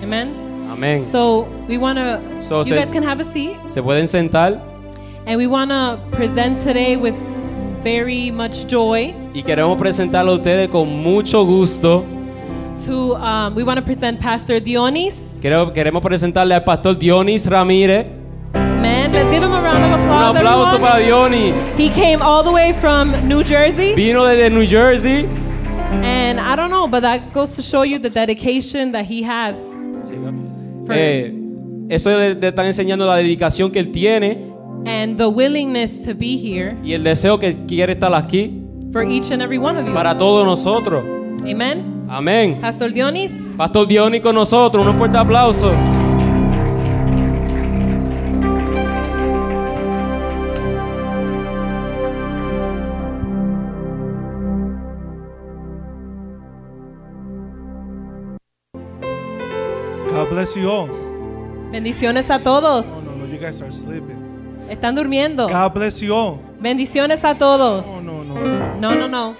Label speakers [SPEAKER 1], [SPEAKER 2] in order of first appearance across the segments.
[SPEAKER 1] Amen.
[SPEAKER 2] Amén.
[SPEAKER 1] So we want to,
[SPEAKER 2] So
[SPEAKER 1] you
[SPEAKER 2] says-
[SPEAKER 1] guys can have a seat.
[SPEAKER 2] Se pueden sentar
[SPEAKER 1] And we want to present today with very much joy
[SPEAKER 2] y queremos presentarlo a ustedes con mucho gusto.
[SPEAKER 1] to, um, we want to present Pastor Dionis.
[SPEAKER 2] Creo- queremos presentarle al pastor Dionis Ramírez.
[SPEAKER 1] Amen. Let's give him a round of
[SPEAKER 2] Un
[SPEAKER 1] applause.
[SPEAKER 2] aplauso
[SPEAKER 1] everyone.
[SPEAKER 2] para Dionis.
[SPEAKER 1] He came all the way from New Jersey.
[SPEAKER 2] Vino desde New Jersey.
[SPEAKER 1] And I don't know, but that goes to show you the dedication that he has.
[SPEAKER 2] Eh, eso le, le están enseñando la dedicación que él tiene
[SPEAKER 1] and the willingness to be here
[SPEAKER 2] y el deseo que él quiere estar aquí
[SPEAKER 1] for each and every one of you.
[SPEAKER 2] para todos nosotros.
[SPEAKER 1] Amen.
[SPEAKER 2] Amén.
[SPEAKER 1] Pastor Dionis.
[SPEAKER 2] Pastor Dionis con nosotros. Un fuerte aplauso.
[SPEAKER 3] God bless you all. No,
[SPEAKER 1] Bendiciones a todos.
[SPEAKER 3] no, no, you guys are sleeping.
[SPEAKER 1] Están durmiendo.
[SPEAKER 3] God bless you all.
[SPEAKER 1] Bendiciones a todos.
[SPEAKER 2] Oh,
[SPEAKER 3] No, no, no.
[SPEAKER 1] No, no, no.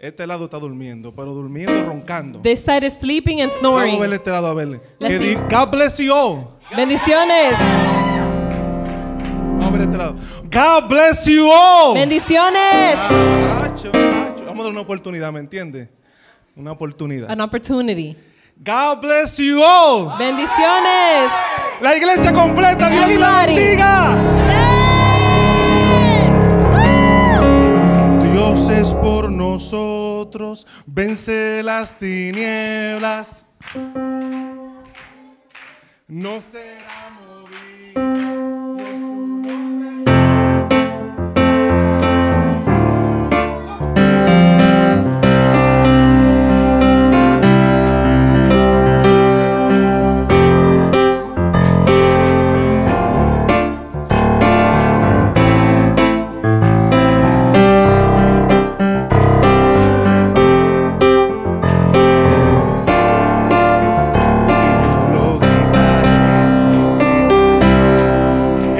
[SPEAKER 3] Este lado está durmiendo, pero durmiendo roncando.
[SPEAKER 1] This side is sleeping and
[SPEAKER 3] Vamos a verle
[SPEAKER 1] snoring.
[SPEAKER 3] este lado a verle.
[SPEAKER 1] Let's
[SPEAKER 3] Que
[SPEAKER 1] see.
[SPEAKER 3] di- God bless you all.
[SPEAKER 1] Bendiciones.
[SPEAKER 3] Vamos a ver este lado. God bless you all.
[SPEAKER 1] Bendiciones.
[SPEAKER 3] Macho, macho. Vamos a dar una oportunidad, ¿me entiendes? Una oportunidad.
[SPEAKER 1] An opportunity.
[SPEAKER 3] God bless you all.
[SPEAKER 1] Bendiciones.
[SPEAKER 3] La iglesia completa, Dios la
[SPEAKER 1] Everybody.
[SPEAKER 3] bendiga. Dios es por nosotros, vence las tinieblas. No será movido. Lo gritaré.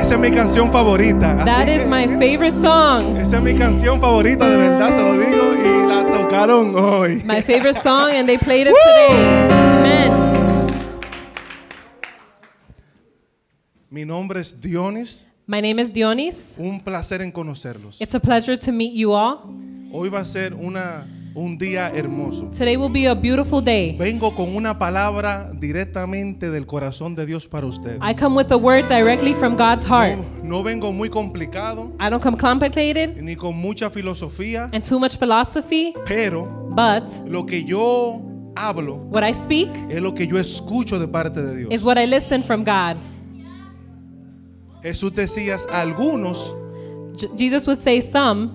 [SPEAKER 3] Esa es mi canción favorita. así
[SPEAKER 1] That
[SPEAKER 3] que-
[SPEAKER 1] is my favorite song.
[SPEAKER 3] Esa es mi canción favorita, de verdad, se lo digo. Y la tocaron hoy.
[SPEAKER 1] My favorite song, and they played it today. Amen.
[SPEAKER 3] Mi nombre es Dionis.
[SPEAKER 1] My name is Dionis.
[SPEAKER 3] Un placer en conocerlos.
[SPEAKER 1] It's a pleasure to meet you all.
[SPEAKER 3] Hoy va a ser una, un día hermoso.
[SPEAKER 1] Today will be a beautiful day.
[SPEAKER 3] Vengo con una palabra directamente del corazón de Dios para ustedes.
[SPEAKER 1] I come with a word directly from God's heart.
[SPEAKER 3] No, no vengo muy complicado
[SPEAKER 1] I don't come complicated
[SPEAKER 3] ni con mucha filosofía,
[SPEAKER 1] and too much philosophy,
[SPEAKER 3] pero
[SPEAKER 1] but
[SPEAKER 3] lo que yo hablo
[SPEAKER 1] what I speak
[SPEAKER 3] es lo que yo escucho de parte de
[SPEAKER 1] is
[SPEAKER 3] Dios.
[SPEAKER 1] what I listen from God.
[SPEAKER 3] Jesús decía, algunos
[SPEAKER 1] J- Jesus would say, Some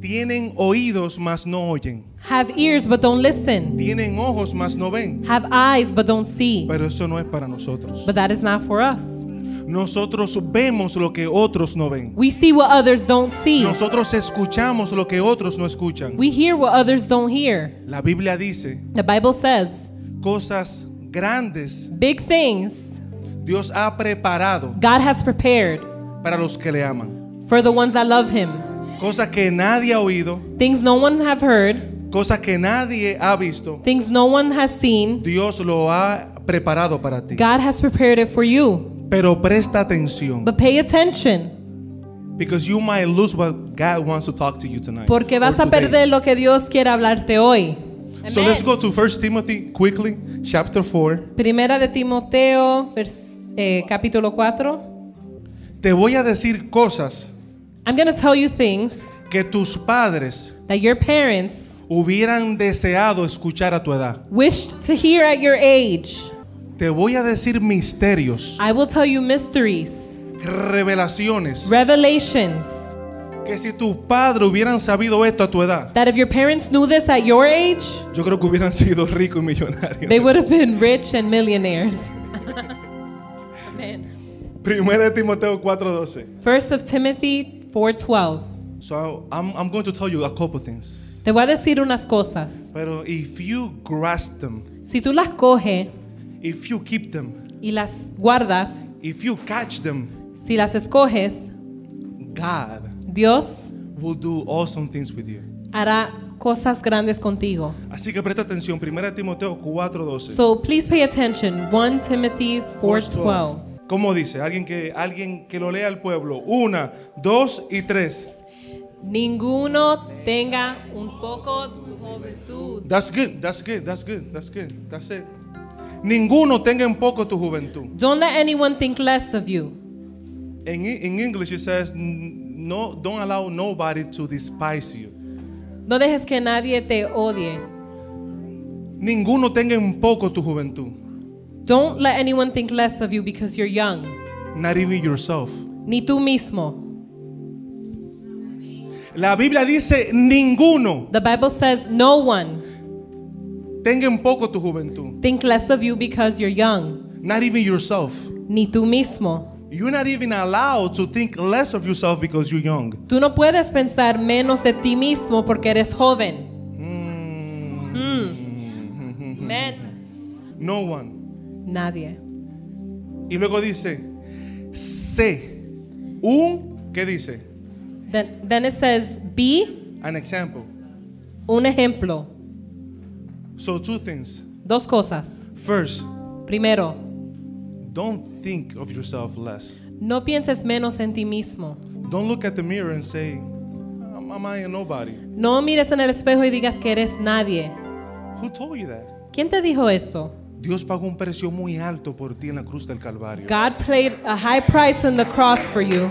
[SPEAKER 3] tienen oídos mas no oyen,
[SPEAKER 1] have ears but don't listen,
[SPEAKER 3] tienen ojos mas no ven.
[SPEAKER 1] have eyes but don't see.
[SPEAKER 3] Pero eso no es para nosotros.
[SPEAKER 1] But that is not for us.
[SPEAKER 3] Nosotros vemos lo que otros no ven.
[SPEAKER 1] We see what others don't see,
[SPEAKER 3] Nosotros escuchamos lo que otros no escuchan.
[SPEAKER 1] we hear what others don't hear.
[SPEAKER 3] La Biblia dice
[SPEAKER 1] The Bible says,
[SPEAKER 3] cosas grandes
[SPEAKER 1] Big things
[SPEAKER 3] Dios ha preparado
[SPEAKER 1] God has prepared
[SPEAKER 3] para los que le aman.
[SPEAKER 1] for the ones that love Him.
[SPEAKER 3] Cosas que nadie ha oído,
[SPEAKER 1] Things no one have heard,
[SPEAKER 3] cosas que nadie ha visto.
[SPEAKER 1] things no one has seen,
[SPEAKER 3] Dios lo ha preparado para ti.
[SPEAKER 1] God has prepared it for you.
[SPEAKER 3] Pero presta atención,
[SPEAKER 1] But pay attention.
[SPEAKER 3] because you might lose what God wants to talk to you tonight.
[SPEAKER 1] Porque
[SPEAKER 3] or
[SPEAKER 1] vas a
[SPEAKER 3] today.
[SPEAKER 1] perder lo que Dios quiere hablarte hoy.
[SPEAKER 3] So
[SPEAKER 1] Amén.
[SPEAKER 3] let's go to 1 Timothy quickly, chapter 4.
[SPEAKER 1] Primera de Timoteo, vers- eh, capítulo 4.
[SPEAKER 3] Te voy a decir cosas
[SPEAKER 1] I'm going to tell you things
[SPEAKER 3] que tus padres
[SPEAKER 1] that your parents
[SPEAKER 3] hubieran deseado escuchar a tu edad.
[SPEAKER 1] wished to hear at your age.
[SPEAKER 3] Te voy a decir misterios,
[SPEAKER 1] I will tell you mysteries,
[SPEAKER 3] revelaciones,
[SPEAKER 1] revelations,
[SPEAKER 3] que si tus padres hubieran sabido esto a tu edad,
[SPEAKER 1] that if your parents knew this at your age,
[SPEAKER 3] yo creo que hubieran sido ricos y millonarios.
[SPEAKER 1] they would have been rich and millionaires. Amen.
[SPEAKER 3] Primera de Timoteo 4:12.
[SPEAKER 1] First of Timothy 4:12.
[SPEAKER 3] So I'm, I'm going to tell you a couple things.
[SPEAKER 1] Te voy a decir unas cosas.
[SPEAKER 3] Pero if you grasp them,
[SPEAKER 1] Si tú las coges
[SPEAKER 3] if you keep them,
[SPEAKER 1] y las guardas,
[SPEAKER 3] if you catch them,
[SPEAKER 1] Si las escoges,
[SPEAKER 3] God
[SPEAKER 1] Dios
[SPEAKER 3] will do awesome things with you.
[SPEAKER 1] hará cosas grandes contigo.
[SPEAKER 3] Así que presta atención, 1 Timoteo 4:12.
[SPEAKER 1] So please pay attention. 1 Timothy 4:12.
[SPEAKER 3] ¿Cómo dice? Alguien que, alguien que lo lea al pueblo. Una, dos y tres.
[SPEAKER 1] Ninguno tenga un poco de juventud.
[SPEAKER 3] That's good, that's good, that's good, that's good, that's it. Ninguno tenga en poco tu juventud.
[SPEAKER 1] Don't let anyone think less of you.
[SPEAKER 3] In, in English it says, n- no, don't allow nobody to despise you.
[SPEAKER 1] No dejes que nadie te odie.
[SPEAKER 3] Ninguno tenga en poco tu juventud.
[SPEAKER 1] Don't let anyone think less of you because you're young.
[SPEAKER 3] Not even yourself.
[SPEAKER 1] Ni tú mismo.
[SPEAKER 3] La Biblia dice, ninguno
[SPEAKER 1] The Bible says no one
[SPEAKER 3] tenga en poco tu juventud.
[SPEAKER 1] think less of you because you're young.
[SPEAKER 3] Not even yourself.
[SPEAKER 1] Ni tú mismo.
[SPEAKER 3] You're not even allowed to think less of yourself because you're young.
[SPEAKER 1] Tú no puedes pensar menos de ti mismo porque eres joven. Hmm. Men.
[SPEAKER 3] No one.
[SPEAKER 1] Nadie.
[SPEAKER 3] Y luego dice, sé un, ¿qué dice?
[SPEAKER 1] Then, then it says be
[SPEAKER 3] An example.
[SPEAKER 1] un ejemplo.
[SPEAKER 3] So two things.
[SPEAKER 1] Dos cosas.
[SPEAKER 3] First,
[SPEAKER 1] Primero,
[SPEAKER 3] don't think of yourself less.
[SPEAKER 1] no pienses menos en ti mismo.
[SPEAKER 3] Don't look at the mirror and say, am am I a nobody?
[SPEAKER 1] No mires en el espejo y digas que eres nadie.
[SPEAKER 3] Who told you that?
[SPEAKER 1] ¿Quién te dijo eso?
[SPEAKER 3] Dios pagó un precio muy alto por ti en la cruz del Calvario.
[SPEAKER 1] God paid a high price on the cross for you.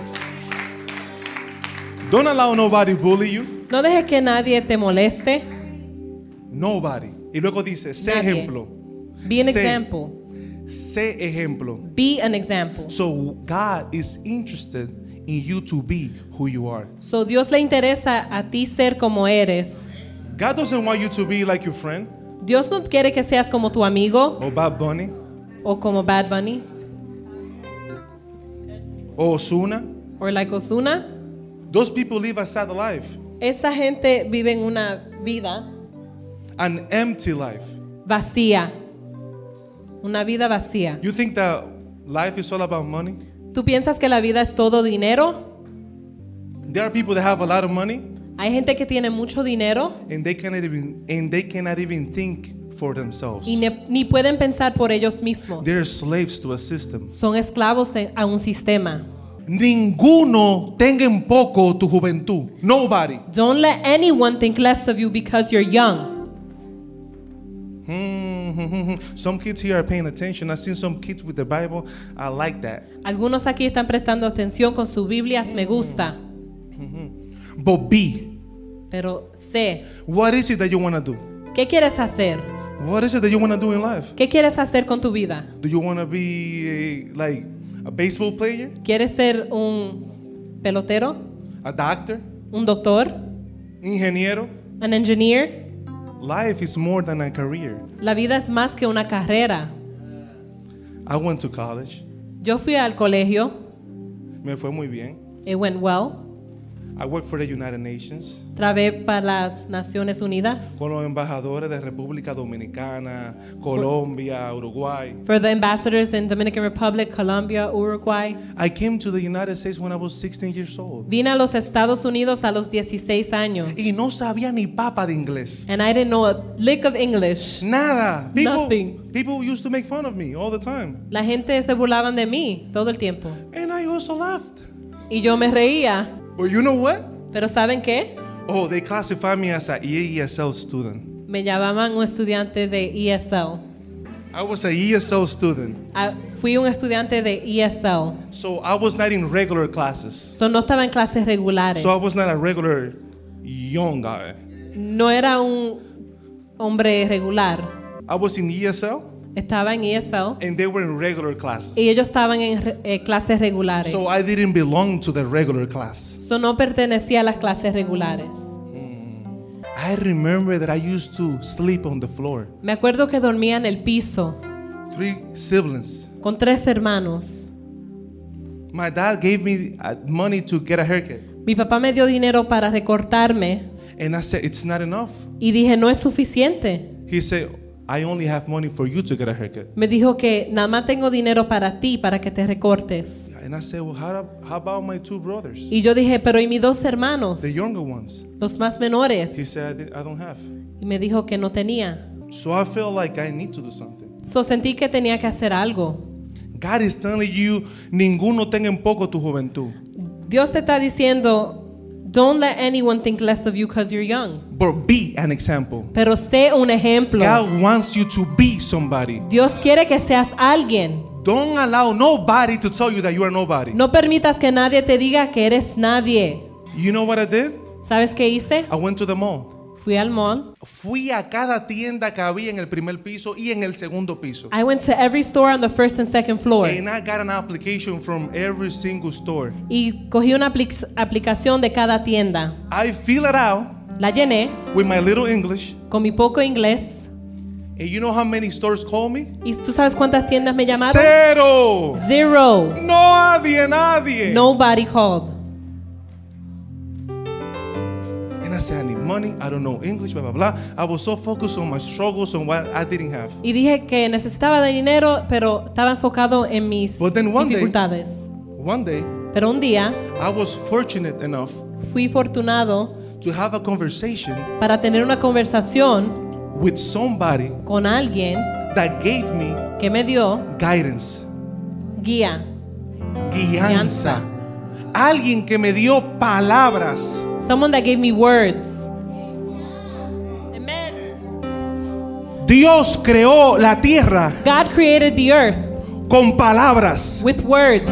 [SPEAKER 3] Don't allow nobody bully you.
[SPEAKER 1] No dejes que nadie te moleste.
[SPEAKER 3] Nobody. Y luego dice, sé
[SPEAKER 1] Nadie.
[SPEAKER 3] ejemplo.
[SPEAKER 1] Be an
[SPEAKER 3] Sé.
[SPEAKER 1] example.
[SPEAKER 3] Sé ejemplo.
[SPEAKER 1] Be an example.
[SPEAKER 3] So God is interested in you to be who you are.
[SPEAKER 1] So Dios le interesa a ti ser como eres.
[SPEAKER 3] God doesn't want you to be like your friend
[SPEAKER 1] Dios no quiere que seas como tu amigo
[SPEAKER 3] or Bad Bunny.
[SPEAKER 1] o como Bad Bunny
[SPEAKER 3] o Osuna.
[SPEAKER 1] o like Ozuna.
[SPEAKER 3] Those people live a sad life,
[SPEAKER 1] Esa gente vive en una vida
[SPEAKER 3] an empty life.
[SPEAKER 1] vacía. Una vida vacía.
[SPEAKER 3] You think that life is all about money?
[SPEAKER 1] ¿Tú piensas que la vida es todo dinero?
[SPEAKER 3] There are people that have a lot of money
[SPEAKER 1] Hay gente que tiene mucho dinero
[SPEAKER 3] and they cannot even and they cannot even think for themselves.
[SPEAKER 1] y ne- ni pueden pensar por ellos mismos.
[SPEAKER 3] They're slaves to a system.
[SPEAKER 1] Son esclavos en- a un sistema.
[SPEAKER 3] Ninguno tenga en poco tu juventud. Nobody.
[SPEAKER 1] Don't let anyone think less of you because you're young.
[SPEAKER 3] Mhm. Some kids here are paying attention. I've seen some kids with the Bible. I like that.
[SPEAKER 1] Algunos aquí están prestando atención con sus Biblias, me gusta,
[SPEAKER 3] But be.
[SPEAKER 1] pero sé,
[SPEAKER 3] What is it that you want to do?
[SPEAKER 1] ¿qué quieres hacer?
[SPEAKER 3] What is it that you want to do in life?
[SPEAKER 1] ¿Qué quieres hacer con tu vida?
[SPEAKER 3] Do you want to be a, like a baseball player?
[SPEAKER 1] ¿Quieres ser un pelotero?
[SPEAKER 3] a doctor,
[SPEAKER 1] ¿Un doctor?
[SPEAKER 3] ingeniero.
[SPEAKER 1] ¿Un engineer?
[SPEAKER 3] Life is more than a career.
[SPEAKER 1] La vida es más que una carrera.
[SPEAKER 3] I went to college.
[SPEAKER 1] Yo fui al colegio,
[SPEAKER 3] Me fue muy bien.
[SPEAKER 1] it went well.
[SPEAKER 3] I worked for the United Nations,
[SPEAKER 1] Trabé para las Naciones Unidas,
[SPEAKER 3] con los embajadores de República Dominicana, Colombia, Uruguay.
[SPEAKER 1] for the ambassadors in Dominican Republic, Colombia, Uruguay.
[SPEAKER 3] I came to the United States when I was 16 years old.
[SPEAKER 1] Vine a los Estados Unidos a los 16 años.
[SPEAKER 3] Y no sabía ni papa de inglés.
[SPEAKER 1] And I didn't know a lick of English.
[SPEAKER 3] Nada. People,
[SPEAKER 1] Nothing.
[SPEAKER 3] people used to make fun of me all the time.
[SPEAKER 1] La gente se burlaban de mí todo el tiempo.
[SPEAKER 3] And I also laughed.
[SPEAKER 1] Y yo me reía.
[SPEAKER 3] But you know what?
[SPEAKER 1] Pero ¿saben qué?
[SPEAKER 3] Oh, they classified me as a ESL student.
[SPEAKER 1] Me llamaban un estudiante de E ESL.
[SPEAKER 3] I was a ESL student.
[SPEAKER 1] Ah, Fui un estudiante de ESL.
[SPEAKER 3] So I was not in regular classes.
[SPEAKER 1] So, no estaba en clases regulares.
[SPEAKER 3] So I was not a regular young guy.
[SPEAKER 1] no era un hombre regular.
[SPEAKER 3] I was in ESL
[SPEAKER 1] Estaba en E ESL.
[SPEAKER 3] and they were in regular classes.
[SPEAKER 1] Y ellos estaban en re- eh, clases regulares.
[SPEAKER 3] So I didn't belong to the regular class.
[SPEAKER 1] So, no pertenecía a las clases regulares.
[SPEAKER 3] I remember that I used to sleep on the floor.
[SPEAKER 1] Me acuerdo que dormía en el piso
[SPEAKER 3] Three siblings.
[SPEAKER 1] con tres hermanos.
[SPEAKER 3] My dad gave me uh, money to get a haircut.
[SPEAKER 1] Mi papá me dio dinero para recortarme
[SPEAKER 3] And I said, It's not enough.
[SPEAKER 1] y dije, no es suficiente.
[SPEAKER 3] He said, I only have money for you to get a haircut.
[SPEAKER 1] Me dijo que nada más tengo dinero para ti, para que te recortes.
[SPEAKER 3] And I said, well, how, how about my two brothers,
[SPEAKER 1] Y yo dije, pero ¿y mis dos hermanos?
[SPEAKER 3] the younger ones?
[SPEAKER 1] Los más
[SPEAKER 3] He
[SPEAKER 1] menores.
[SPEAKER 3] said, I di- I don't have.
[SPEAKER 1] Y me dijo que no tenía.
[SPEAKER 3] So I feel like I need to do something.
[SPEAKER 1] So sentí que tenía que hacer algo.
[SPEAKER 3] God is telling you, ninguno tenga en poco tu juventud.
[SPEAKER 1] Dios te está diciendo, don't let anyone think less of you because you're young.
[SPEAKER 3] But be an example.
[SPEAKER 1] Pero sé un ejemplo.
[SPEAKER 3] God wants you to be somebody.
[SPEAKER 1] Dios quiere que seas alguien.
[SPEAKER 3] Don't allow nobody to tell you that you are nobody.
[SPEAKER 1] No permitas que nadie te diga que eres nadie.
[SPEAKER 3] You know what I did?
[SPEAKER 1] ¿Sabes qué hice?
[SPEAKER 3] I went to the mall.
[SPEAKER 1] Fui al mall.
[SPEAKER 3] Fui a cada tienda que había en el primer piso y en el segundo piso.
[SPEAKER 1] I went to every store on the first and second floor.
[SPEAKER 3] And I got an application from every single store.
[SPEAKER 1] Y cogí una apli- aplicación de cada tienda.
[SPEAKER 3] I fill it out
[SPEAKER 1] La llené
[SPEAKER 3] with my little English.
[SPEAKER 1] con mi poco inglés.
[SPEAKER 3] And you know how many stores call me?
[SPEAKER 1] ¿Y tú sabes cuántas tiendas me llamaron?
[SPEAKER 3] Cero.
[SPEAKER 1] Zero.
[SPEAKER 3] No nadie, nadie.
[SPEAKER 1] Nobody called.
[SPEAKER 3] And I said, I need money. I don't know English, blah, blah, blah. I was so focused on my struggles on what I didn't have.
[SPEAKER 1] Y dije que necesitaba de dinero, pero estaba enfocado en mis
[SPEAKER 3] But then one day-
[SPEAKER 1] dificultades.
[SPEAKER 3] One day,
[SPEAKER 1] Pero un día
[SPEAKER 3] I was fortunate enough
[SPEAKER 1] fui fortunado
[SPEAKER 3] to have a conversation
[SPEAKER 1] para tener una conversación
[SPEAKER 3] with somebody
[SPEAKER 1] con alguien
[SPEAKER 3] that gave me
[SPEAKER 1] que me dio
[SPEAKER 3] guidance,
[SPEAKER 1] guía.
[SPEAKER 3] guianza. Alguien que me dio palabras.
[SPEAKER 1] Someone that gave me words. Amen.
[SPEAKER 3] Dios creó la tierra
[SPEAKER 1] God created the earth
[SPEAKER 3] con palabras.
[SPEAKER 1] with words.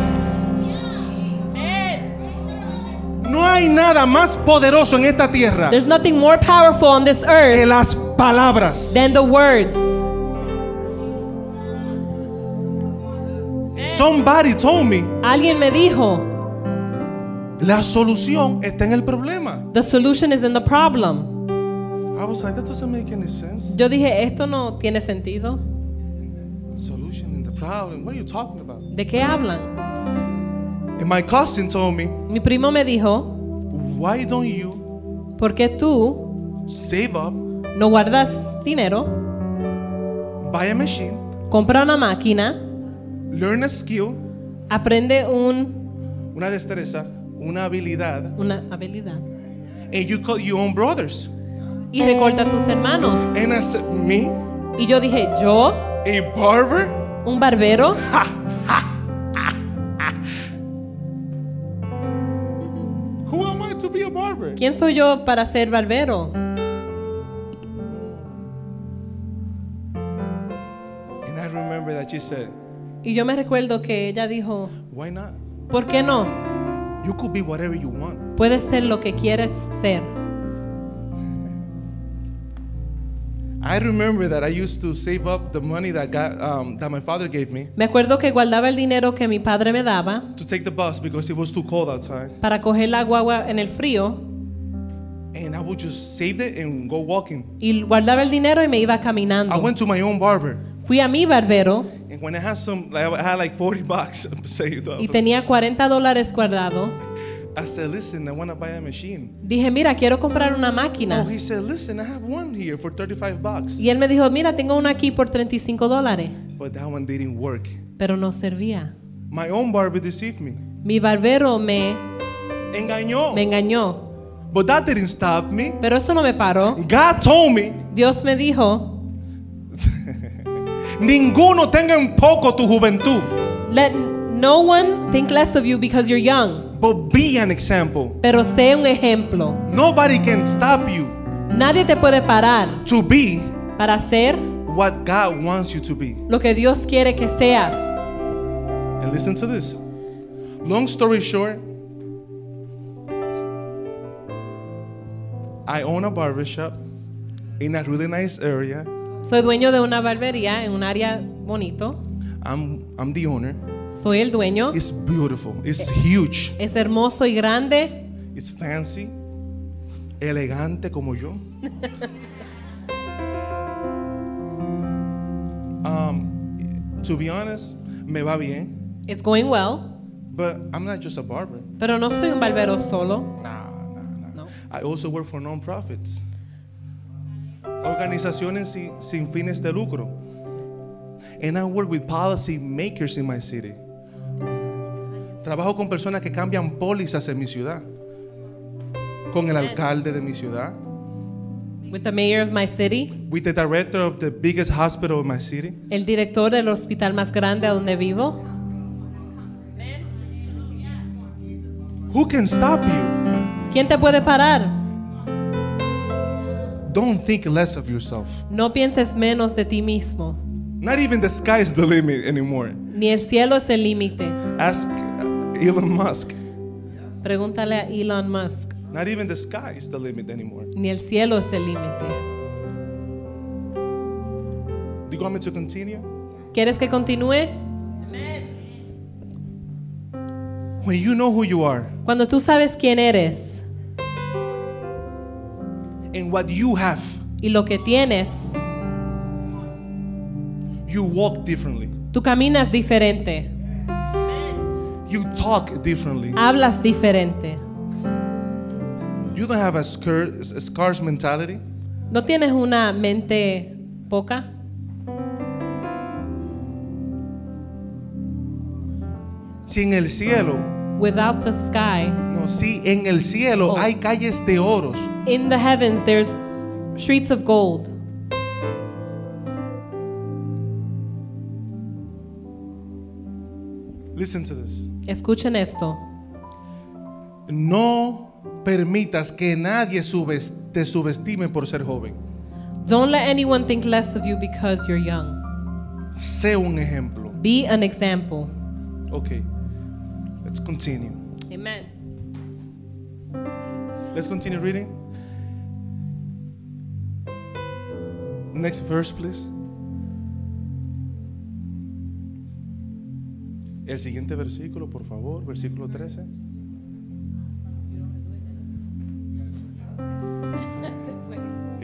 [SPEAKER 3] No hay nada más poderoso en esta tierra
[SPEAKER 1] There's nothing more powerful on this
[SPEAKER 3] que
[SPEAKER 1] earth
[SPEAKER 3] las palabras.
[SPEAKER 1] than the words.
[SPEAKER 3] Somebody told me
[SPEAKER 1] Alguien me dijo,
[SPEAKER 3] la solución está en el problema.
[SPEAKER 1] the solution is in the problem.
[SPEAKER 3] I was like, that doesn't make any sense.
[SPEAKER 1] Yo dije, esto no tiene sentido.
[SPEAKER 3] Solution in the problem. What are you talking about?
[SPEAKER 1] ¿De qué hablan?
[SPEAKER 3] And my cousin told me,
[SPEAKER 1] Mi primo me dijo,
[SPEAKER 3] why don't you
[SPEAKER 1] ¿por qué tú
[SPEAKER 3] save up,
[SPEAKER 1] no guardas dinero?
[SPEAKER 3] buy a machine,
[SPEAKER 1] Compra una máquina,
[SPEAKER 3] learn a skill,
[SPEAKER 1] aprende un,
[SPEAKER 3] una destreza, una habilidad,
[SPEAKER 1] una habilidad
[SPEAKER 3] and you call your own brothers?
[SPEAKER 1] y recorta a tus hermanos.
[SPEAKER 3] And I said, me,
[SPEAKER 1] Y yo dije, ¿yo?
[SPEAKER 3] a barber?
[SPEAKER 1] ¿Un barbero?
[SPEAKER 3] Who am I to be a barber?
[SPEAKER 1] ¿Quién soy yo para ser barbero?
[SPEAKER 3] And I remember that she said,
[SPEAKER 1] Y yo me recuerdo que ella dijo,
[SPEAKER 3] why not?
[SPEAKER 1] ¿por qué no?
[SPEAKER 3] You could be whatever you want.
[SPEAKER 1] Puedes ser lo que quieres ser.
[SPEAKER 3] I remember that I used to save up the money that got um, that my father gave me
[SPEAKER 1] Me acuerdo que guardaba el dinero que mi padre me daba
[SPEAKER 3] to take the bus because it was too cold outside.
[SPEAKER 1] para coger la guagua en el frío
[SPEAKER 3] And I would just save it and go walking.
[SPEAKER 1] y guardaba el dinero y me iba
[SPEAKER 3] I
[SPEAKER 1] caminando.
[SPEAKER 3] went to my own barber,
[SPEAKER 1] Fui a mi barbero
[SPEAKER 3] and when I had some, like, I had like 40 bucks saved up.
[SPEAKER 1] y tenía 40 dólares guardado.
[SPEAKER 3] I said, "Listen, I want to buy a machine."
[SPEAKER 1] Dije, mira, quiero comprar una
[SPEAKER 3] Oh,
[SPEAKER 1] máquina.
[SPEAKER 3] he said, "Listen, I have one here for 35 bucks."
[SPEAKER 1] Y él me dijo, mira, tengo una aquí por 35 dólares.
[SPEAKER 3] But that one didn't work.
[SPEAKER 1] Pero no servía.
[SPEAKER 3] My own barber deceived me.
[SPEAKER 1] Mi barbero me,
[SPEAKER 3] Engañó.
[SPEAKER 1] me engañó.
[SPEAKER 3] But that didn't stop me.
[SPEAKER 1] Pero eso no me paró.
[SPEAKER 3] God told me,
[SPEAKER 1] Dios me dijo,
[SPEAKER 3] ninguno tenga en poco tu juventud,
[SPEAKER 1] let no one think less of you because you're young,
[SPEAKER 3] but be an example.
[SPEAKER 1] pero sé un ejemplo.
[SPEAKER 3] Nobody can stop you
[SPEAKER 1] Nadie te puede parar
[SPEAKER 3] to be
[SPEAKER 1] para ser
[SPEAKER 3] what God wants you to be.
[SPEAKER 1] lo que Dios quiere que seas.
[SPEAKER 3] And listen to this. Long story short, I own a barbershop in a really nice area.
[SPEAKER 1] Soy dueño de una barbería en un área bonito.
[SPEAKER 3] I'm I'm the owner.
[SPEAKER 1] Soy el dueño.
[SPEAKER 3] It's beautiful. It's huge.
[SPEAKER 1] Es hermoso y grande.
[SPEAKER 3] It's fancy. Elegante como yo. um, to be honest, me va bien,
[SPEAKER 1] It's going well.
[SPEAKER 3] but I'm not just a barber.
[SPEAKER 1] Pero no soy un barbero solo.
[SPEAKER 3] Nah, nah, nah.
[SPEAKER 1] No.
[SPEAKER 3] I also work for nonprofits. organizaciones sin, sin fines de lucro. And I work with policy makers in my city. Trabajo con personas que cambian pólizas en mi ciudad. Con el alcalde de mi ciudad.
[SPEAKER 1] with the mayor of my city,
[SPEAKER 3] With the director of the biggest hospital in my city.
[SPEAKER 1] el director del hospital más grande a donde vivo.
[SPEAKER 3] Who can stop you?
[SPEAKER 1] ¿Quién te puede parar?
[SPEAKER 3] Don't think less of yourself.
[SPEAKER 1] No pienses menos de ti mismo.
[SPEAKER 3] Not even the sky is the limit anymore.
[SPEAKER 1] Ni el cielo es el límite.
[SPEAKER 3] Ask Elon Musk.
[SPEAKER 1] Pregúntale a Elon Musk.
[SPEAKER 3] Not even the sky is the limit anymore.
[SPEAKER 1] Ni el cielo es el límite.
[SPEAKER 3] Do you want me to continue?
[SPEAKER 1] ¿Quieres que continúe?
[SPEAKER 3] When you know who you are
[SPEAKER 1] Cuando tú sabes quién eres
[SPEAKER 3] and what you have,
[SPEAKER 1] y lo que tienes,
[SPEAKER 3] you walk differently.
[SPEAKER 1] tú caminas diferente,
[SPEAKER 3] You talk differently.
[SPEAKER 1] hablas diferente.
[SPEAKER 3] You don't have a, scar- a scarce mentality.
[SPEAKER 1] No tienes una mente poca.
[SPEAKER 3] Si en el cielo,
[SPEAKER 1] Without the sky,
[SPEAKER 3] no, si en el cielo
[SPEAKER 1] Oh.
[SPEAKER 3] hay calles de oros,
[SPEAKER 1] in the heavens there's streets of gold.
[SPEAKER 3] listen to this.
[SPEAKER 1] Escuchen esto.
[SPEAKER 3] No permitas que nadie subes- te subestime por ser joven.
[SPEAKER 1] Don't let anyone think less of you because you're young.
[SPEAKER 3] Sé un ejemplo.
[SPEAKER 1] Be an example.
[SPEAKER 3] Ok. Let's continue.
[SPEAKER 1] Amen.
[SPEAKER 3] Let's continue reading. Next verse, please. El siguiente versículo, por favor, versículo 13.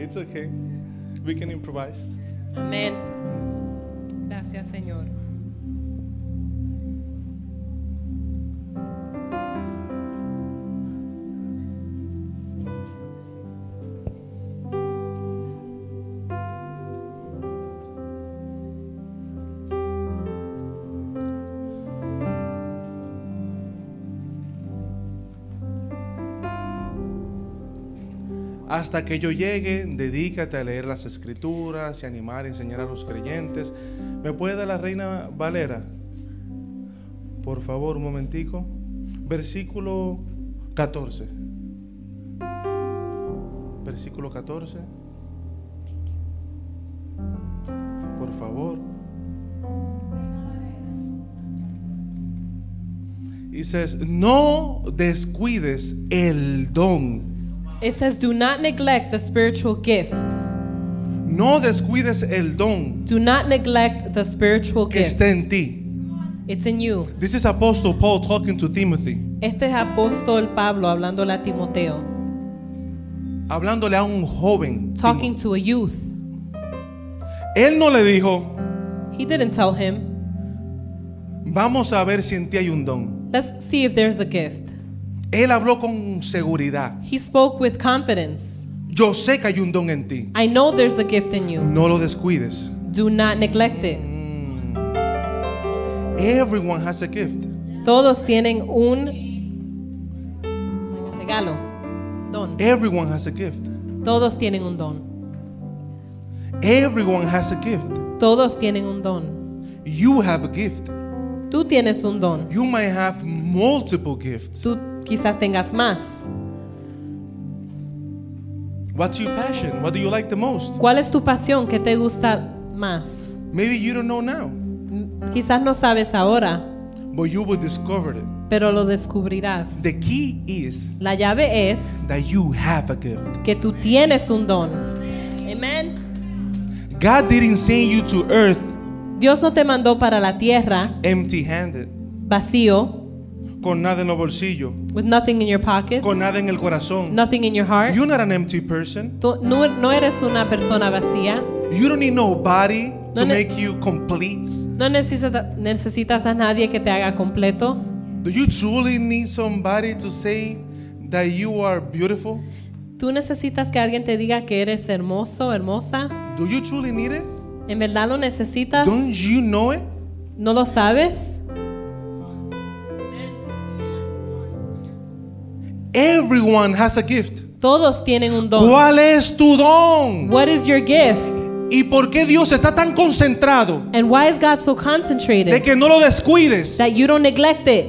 [SPEAKER 3] It's okay. We can improvise.
[SPEAKER 1] Amén. Gracias, Señor.
[SPEAKER 3] Hasta que yo llegue, dedícate a leer las escrituras y animar y enseñar a los creyentes. ¿Me puede dar la reina Valera? Por favor, un momentico. Versículo 14. Versículo 14. Por favor. Dices, no descuides el don
[SPEAKER 1] It says, Do not neglect the spiritual gift.
[SPEAKER 3] No descuides el don
[SPEAKER 1] Do not neglect the spiritual
[SPEAKER 3] que
[SPEAKER 1] gift.
[SPEAKER 3] está en ti.
[SPEAKER 1] It's in you.
[SPEAKER 3] This is Apostle Paul talking to Timothy,
[SPEAKER 1] Este es apóstol Pablo hablándole a Timoteo,
[SPEAKER 3] hablándole a un joven.
[SPEAKER 1] talking to a youth.
[SPEAKER 3] Él no le dijo,
[SPEAKER 1] He didn't tell him,
[SPEAKER 3] vamos a ver si en ti hay un don.
[SPEAKER 1] Let's see if there's a gift.
[SPEAKER 3] Él habló con seguridad.
[SPEAKER 1] He spoke with confidence.
[SPEAKER 3] Yo sé que hay un don en ti.
[SPEAKER 1] I know there's a gift in you.
[SPEAKER 3] No lo descuides.
[SPEAKER 1] Do not neglect it.
[SPEAKER 3] Everyone has a gift.
[SPEAKER 1] Todos tienen un regalo, don.
[SPEAKER 3] Everyone has a gift.
[SPEAKER 1] Todos tienen un don.
[SPEAKER 3] Everyone has a gift.
[SPEAKER 1] Todos tienen un don.
[SPEAKER 3] You have a gift.
[SPEAKER 1] Tú tienes un don.
[SPEAKER 3] You might have multiple gifts.
[SPEAKER 1] Tú quizás tengas más.
[SPEAKER 3] What's your passion? What do you like the most?
[SPEAKER 1] ¿Cuál es tu pasión? ¿Qué te gusta más?
[SPEAKER 3] Maybe you don't know now,
[SPEAKER 1] M- Quizás no sabes ahora,
[SPEAKER 3] but you will discover it.
[SPEAKER 1] pero lo descubrirás.
[SPEAKER 3] The key is
[SPEAKER 1] La llave es
[SPEAKER 3] that you have a gift.
[SPEAKER 1] que tú tienes un don. Amén.
[SPEAKER 3] God didn't send you to earth
[SPEAKER 1] Dios no te mandó para la tierra
[SPEAKER 3] empty handed,
[SPEAKER 1] vacío,
[SPEAKER 3] con nada en los bolsillos,
[SPEAKER 1] with nothing in your pockets,
[SPEAKER 3] con nada en el corazón.
[SPEAKER 1] nothing in your heart.
[SPEAKER 3] You're not an empty person.
[SPEAKER 1] Tú no, no eres una persona vacía.
[SPEAKER 3] You don't need nobody
[SPEAKER 1] No
[SPEAKER 3] to
[SPEAKER 1] ne-
[SPEAKER 3] make you complete.
[SPEAKER 1] No necesita- necesitas a nadie que te haga completo.
[SPEAKER 3] Do you truly need somebody to say that you are beautiful?
[SPEAKER 1] ¿Tú necesitas que alguien te diga que eres hermoso, hermosa?
[SPEAKER 3] Do you truly need it?
[SPEAKER 1] ¿En verdad lo necesitas?
[SPEAKER 3] Don't you know it?
[SPEAKER 1] ¿No lo sabes?
[SPEAKER 3] Everyone has a gift.
[SPEAKER 1] Todos tienen un don.
[SPEAKER 3] ¿Cuál es tu don?
[SPEAKER 1] What is your gift?
[SPEAKER 3] ¿Y por qué Dios está tan concentrado
[SPEAKER 1] And why is God so
[SPEAKER 3] de
[SPEAKER 1] concentrated
[SPEAKER 3] que no lo descuides?
[SPEAKER 1] that you don't neglect it?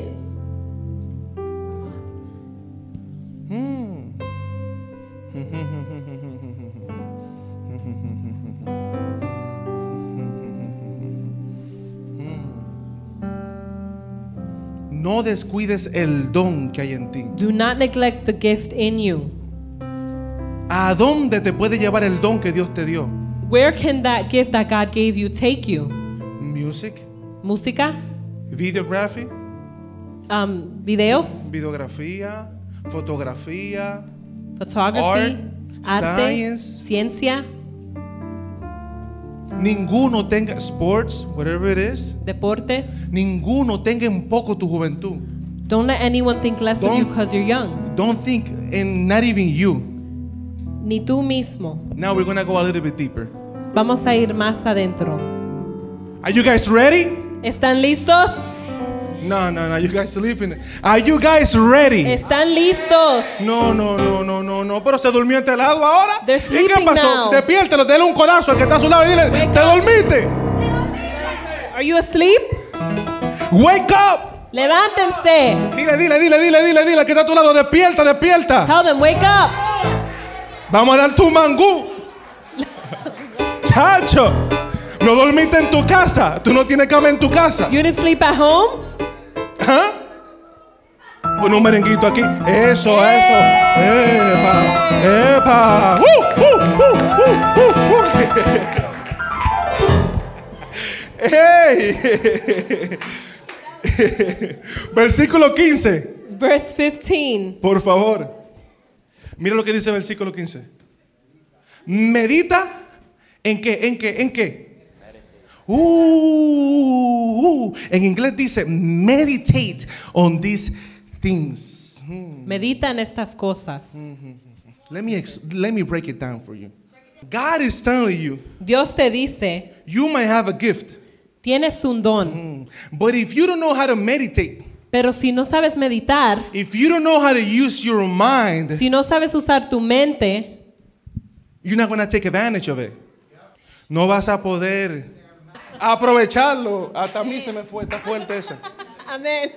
[SPEAKER 3] No descuides el don que hay en ti.
[SPEAKER 1] Do not neglect the gift in you.
[SPEAKER 3] ¿A dónde te puede llevar el don que Dios te dio?
[SPEAKER 1] Where can that gift that God gave you take you?
[SPEAKER 3] Music,
[SPEAKER 1] Música,
[SPEAKER 3] videography,
[SPEAKER 1] um, videos,
[SPEAKER 3] videografía, fotografía.
[SPEAKER 1] photography,
[SPEAKER 3] Art,
[SPEAKER 1] arte,
[SPEAKER 3] science.
[SPEAKER 1] ciencia,
[SPEAKER 3] Ninguno tenga sports, whatever it is.
[SPEAKER 1] deportes.
[SPEAKER 3] Ninguno tenga en poco tu juventud.
[SPEAKER 1] Don't let anyone think less of you
[SPEAKER 3] Don't-
[SPEAKER 1] because you're young.
[SPEAKER 3] Don't think and not even you.
[SPEAKER 1] Ni tú mismo.
[SPEAKER 3] Now we're gonna go a little bit deeper.
[SPEAKER 1] Vamos a ir más adentro.
[SPEAKER 3] Are you guys ready?
[SPEAKER 1] ¿Están listos?
[SPEAKER 3] No, no, no. You guys sleeping? Are you guys ready?
[SPEAKER 1] ¿Están listos?
[SPEAKER 3] No, no, no, no, no, no. Pero se durmió este lado ahora.
[SPEAKER 1] They're
[SPEAKER 3] ¿Y qué
[SPEAKER 1] sleeping
[SPEAKER 3] pasó?
[SPEAKER 1] now.
[SPEAKER 3] Despiértelo, dele un codazo al que está a su lado y dile,
[SPEAKER 1] Wake
[SPEAKER 3] ¿te
[SPEAKER 1] up.
[SPEAKER 3] dormiste?
[SPEAKER 1] Are you asleep?
[SPEAKER 3] Wake up.
[SPEAKER 1] Levántense.
[SPEAKER 3] Dile, dile, dile, dile, dile, dile al que está a tu lado, despierta, despierta.
[SPEAKER 1] Tell them, wake up.
[SPEAKER 3] Vamos a dar tu mangú. Chacho, no dormiste en tu casa. Tú no tienes cama en tu casa.
[SPEAKER 1] You didn't sleep at home?
[SPEAKER 3] ¿Ah? Pon un merenguito aquí. Eso, eso. Epa, epa. ¡Eh! Uh, uh, uh, uh, uh, uh. Ey. Versículo 15,
[SPEAKER 1] Verse 15.
[SPEAKER 3] por favor. Mira lo que dice el versículo 15. Medita en qué, en qué, en qué. Uh, uh, en inglés dice meditate on these things.
[SPEAKER 1] Medita en estas cosas.
[SPEAKER 3] Let me ex- let me break it down for you. God is telling you,
[SPEAKER 1] Dios te dice,
[SPEAKER 3] you might have a gift,
[SPEAKER 1] tienes un don,
[SPEAKER 3] but if you don't know how to meditate,
[SPEAKER 1] pero si no sabes meditar,
[SPEAKER 3] if you don't know how to use your mind,
[SPEAKER 1] si no sabes usar tu mente,
[SPEAKER 3] you're not going to take advantage of it. No vas a poder aprovecharlo. Hasta a mí se me fue, está fuerte esa.
[SPEAKER 1] amén.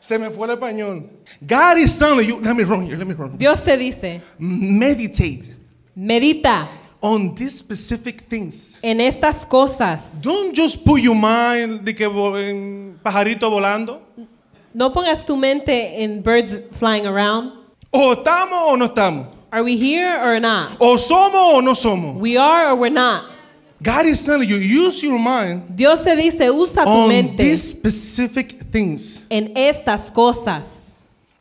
[SPEAKER 3] Se me fue el español. God is telling you, let me run here, let me run.
[SPEAKER 1] Dios te dice,
[SPEAKER 3] Meditate
[SPEAKER 1] medita
[SPEAKER 3] on these specific things.
[SPEAKER 1] en estas cosas.
[SPEAKER 3] Don't just put your mind de que vo- en pajarito volando.
[SPEAKER 1] No pongas tu mente en birds flying around.
[SPEAKER 3] O estamos o no estamos.
[SPEAKER 1] Are we here or not?
[SPEAKER 3] O somos o no somos.
[SPEAKER 1] We are or we're not.
[SPEAKER 3] God is telling you, use your mind
[SPEAKER 1] Dios te dice, usa tu
[SPEAKER 3] on
[SPEAKER 1] mente
[SPEAKER 3] these specific things.
[SPEAKER 1] en estas cosas.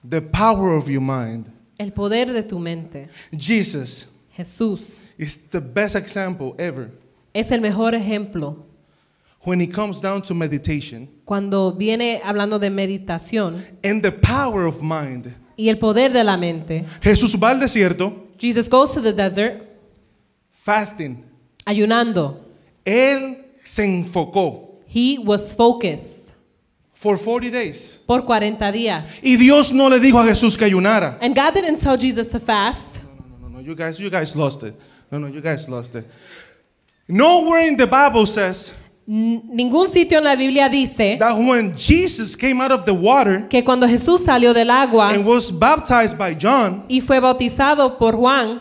[SPEAKER 3] The power of your mind.
[SPEAKER 1] El poder de tu mente.
[SPEAKER 3] Jesus
[SPEAKER 1] Jesús
[SPEAKER 3] is the best example ever
[SPEAKER 1] es el mejor ejemplo.
[SPEAKER 3] when it comes down to meditation
[SPEAKER 1] Cuando viene hablando de meditación
[SPEAKER 3] and the power of mind.
[SPEAKER 1] y el poder de la mente.
[SPEAKER 3] Jesús va al desierto
[SPEAKER 1] Jesus goes to the desert
[SPEAKER 3] fasting.
[SPEAKER 1] ayunando.
[SPEAKER 3] Él se enfocó
[SPEAKER 1] He was focused
[SPEAKER 3] for 40 days.
[SPEAKER 1] por 40 días.
[SPEAKER 3] Y Dios no le dijo a Jesús que ayunara.
[SPEAKER 1] And God didn't tell Jesus to fast.
[SPEAKER 3] No, no, you guys, you guys lost it. No, no, you guys lost it. Nowhere in the Bible says
[SPEAKER 1] N- Ningún sitio en la Biblia dice
[SPEAKER 3] that when Jesus came out of the water
[SPEAKER 1] que cuando Jesús salió del agua
[SPEAKER 3] and was baptized by John,
[SPEAKER 1] y fue bautizado por Juan,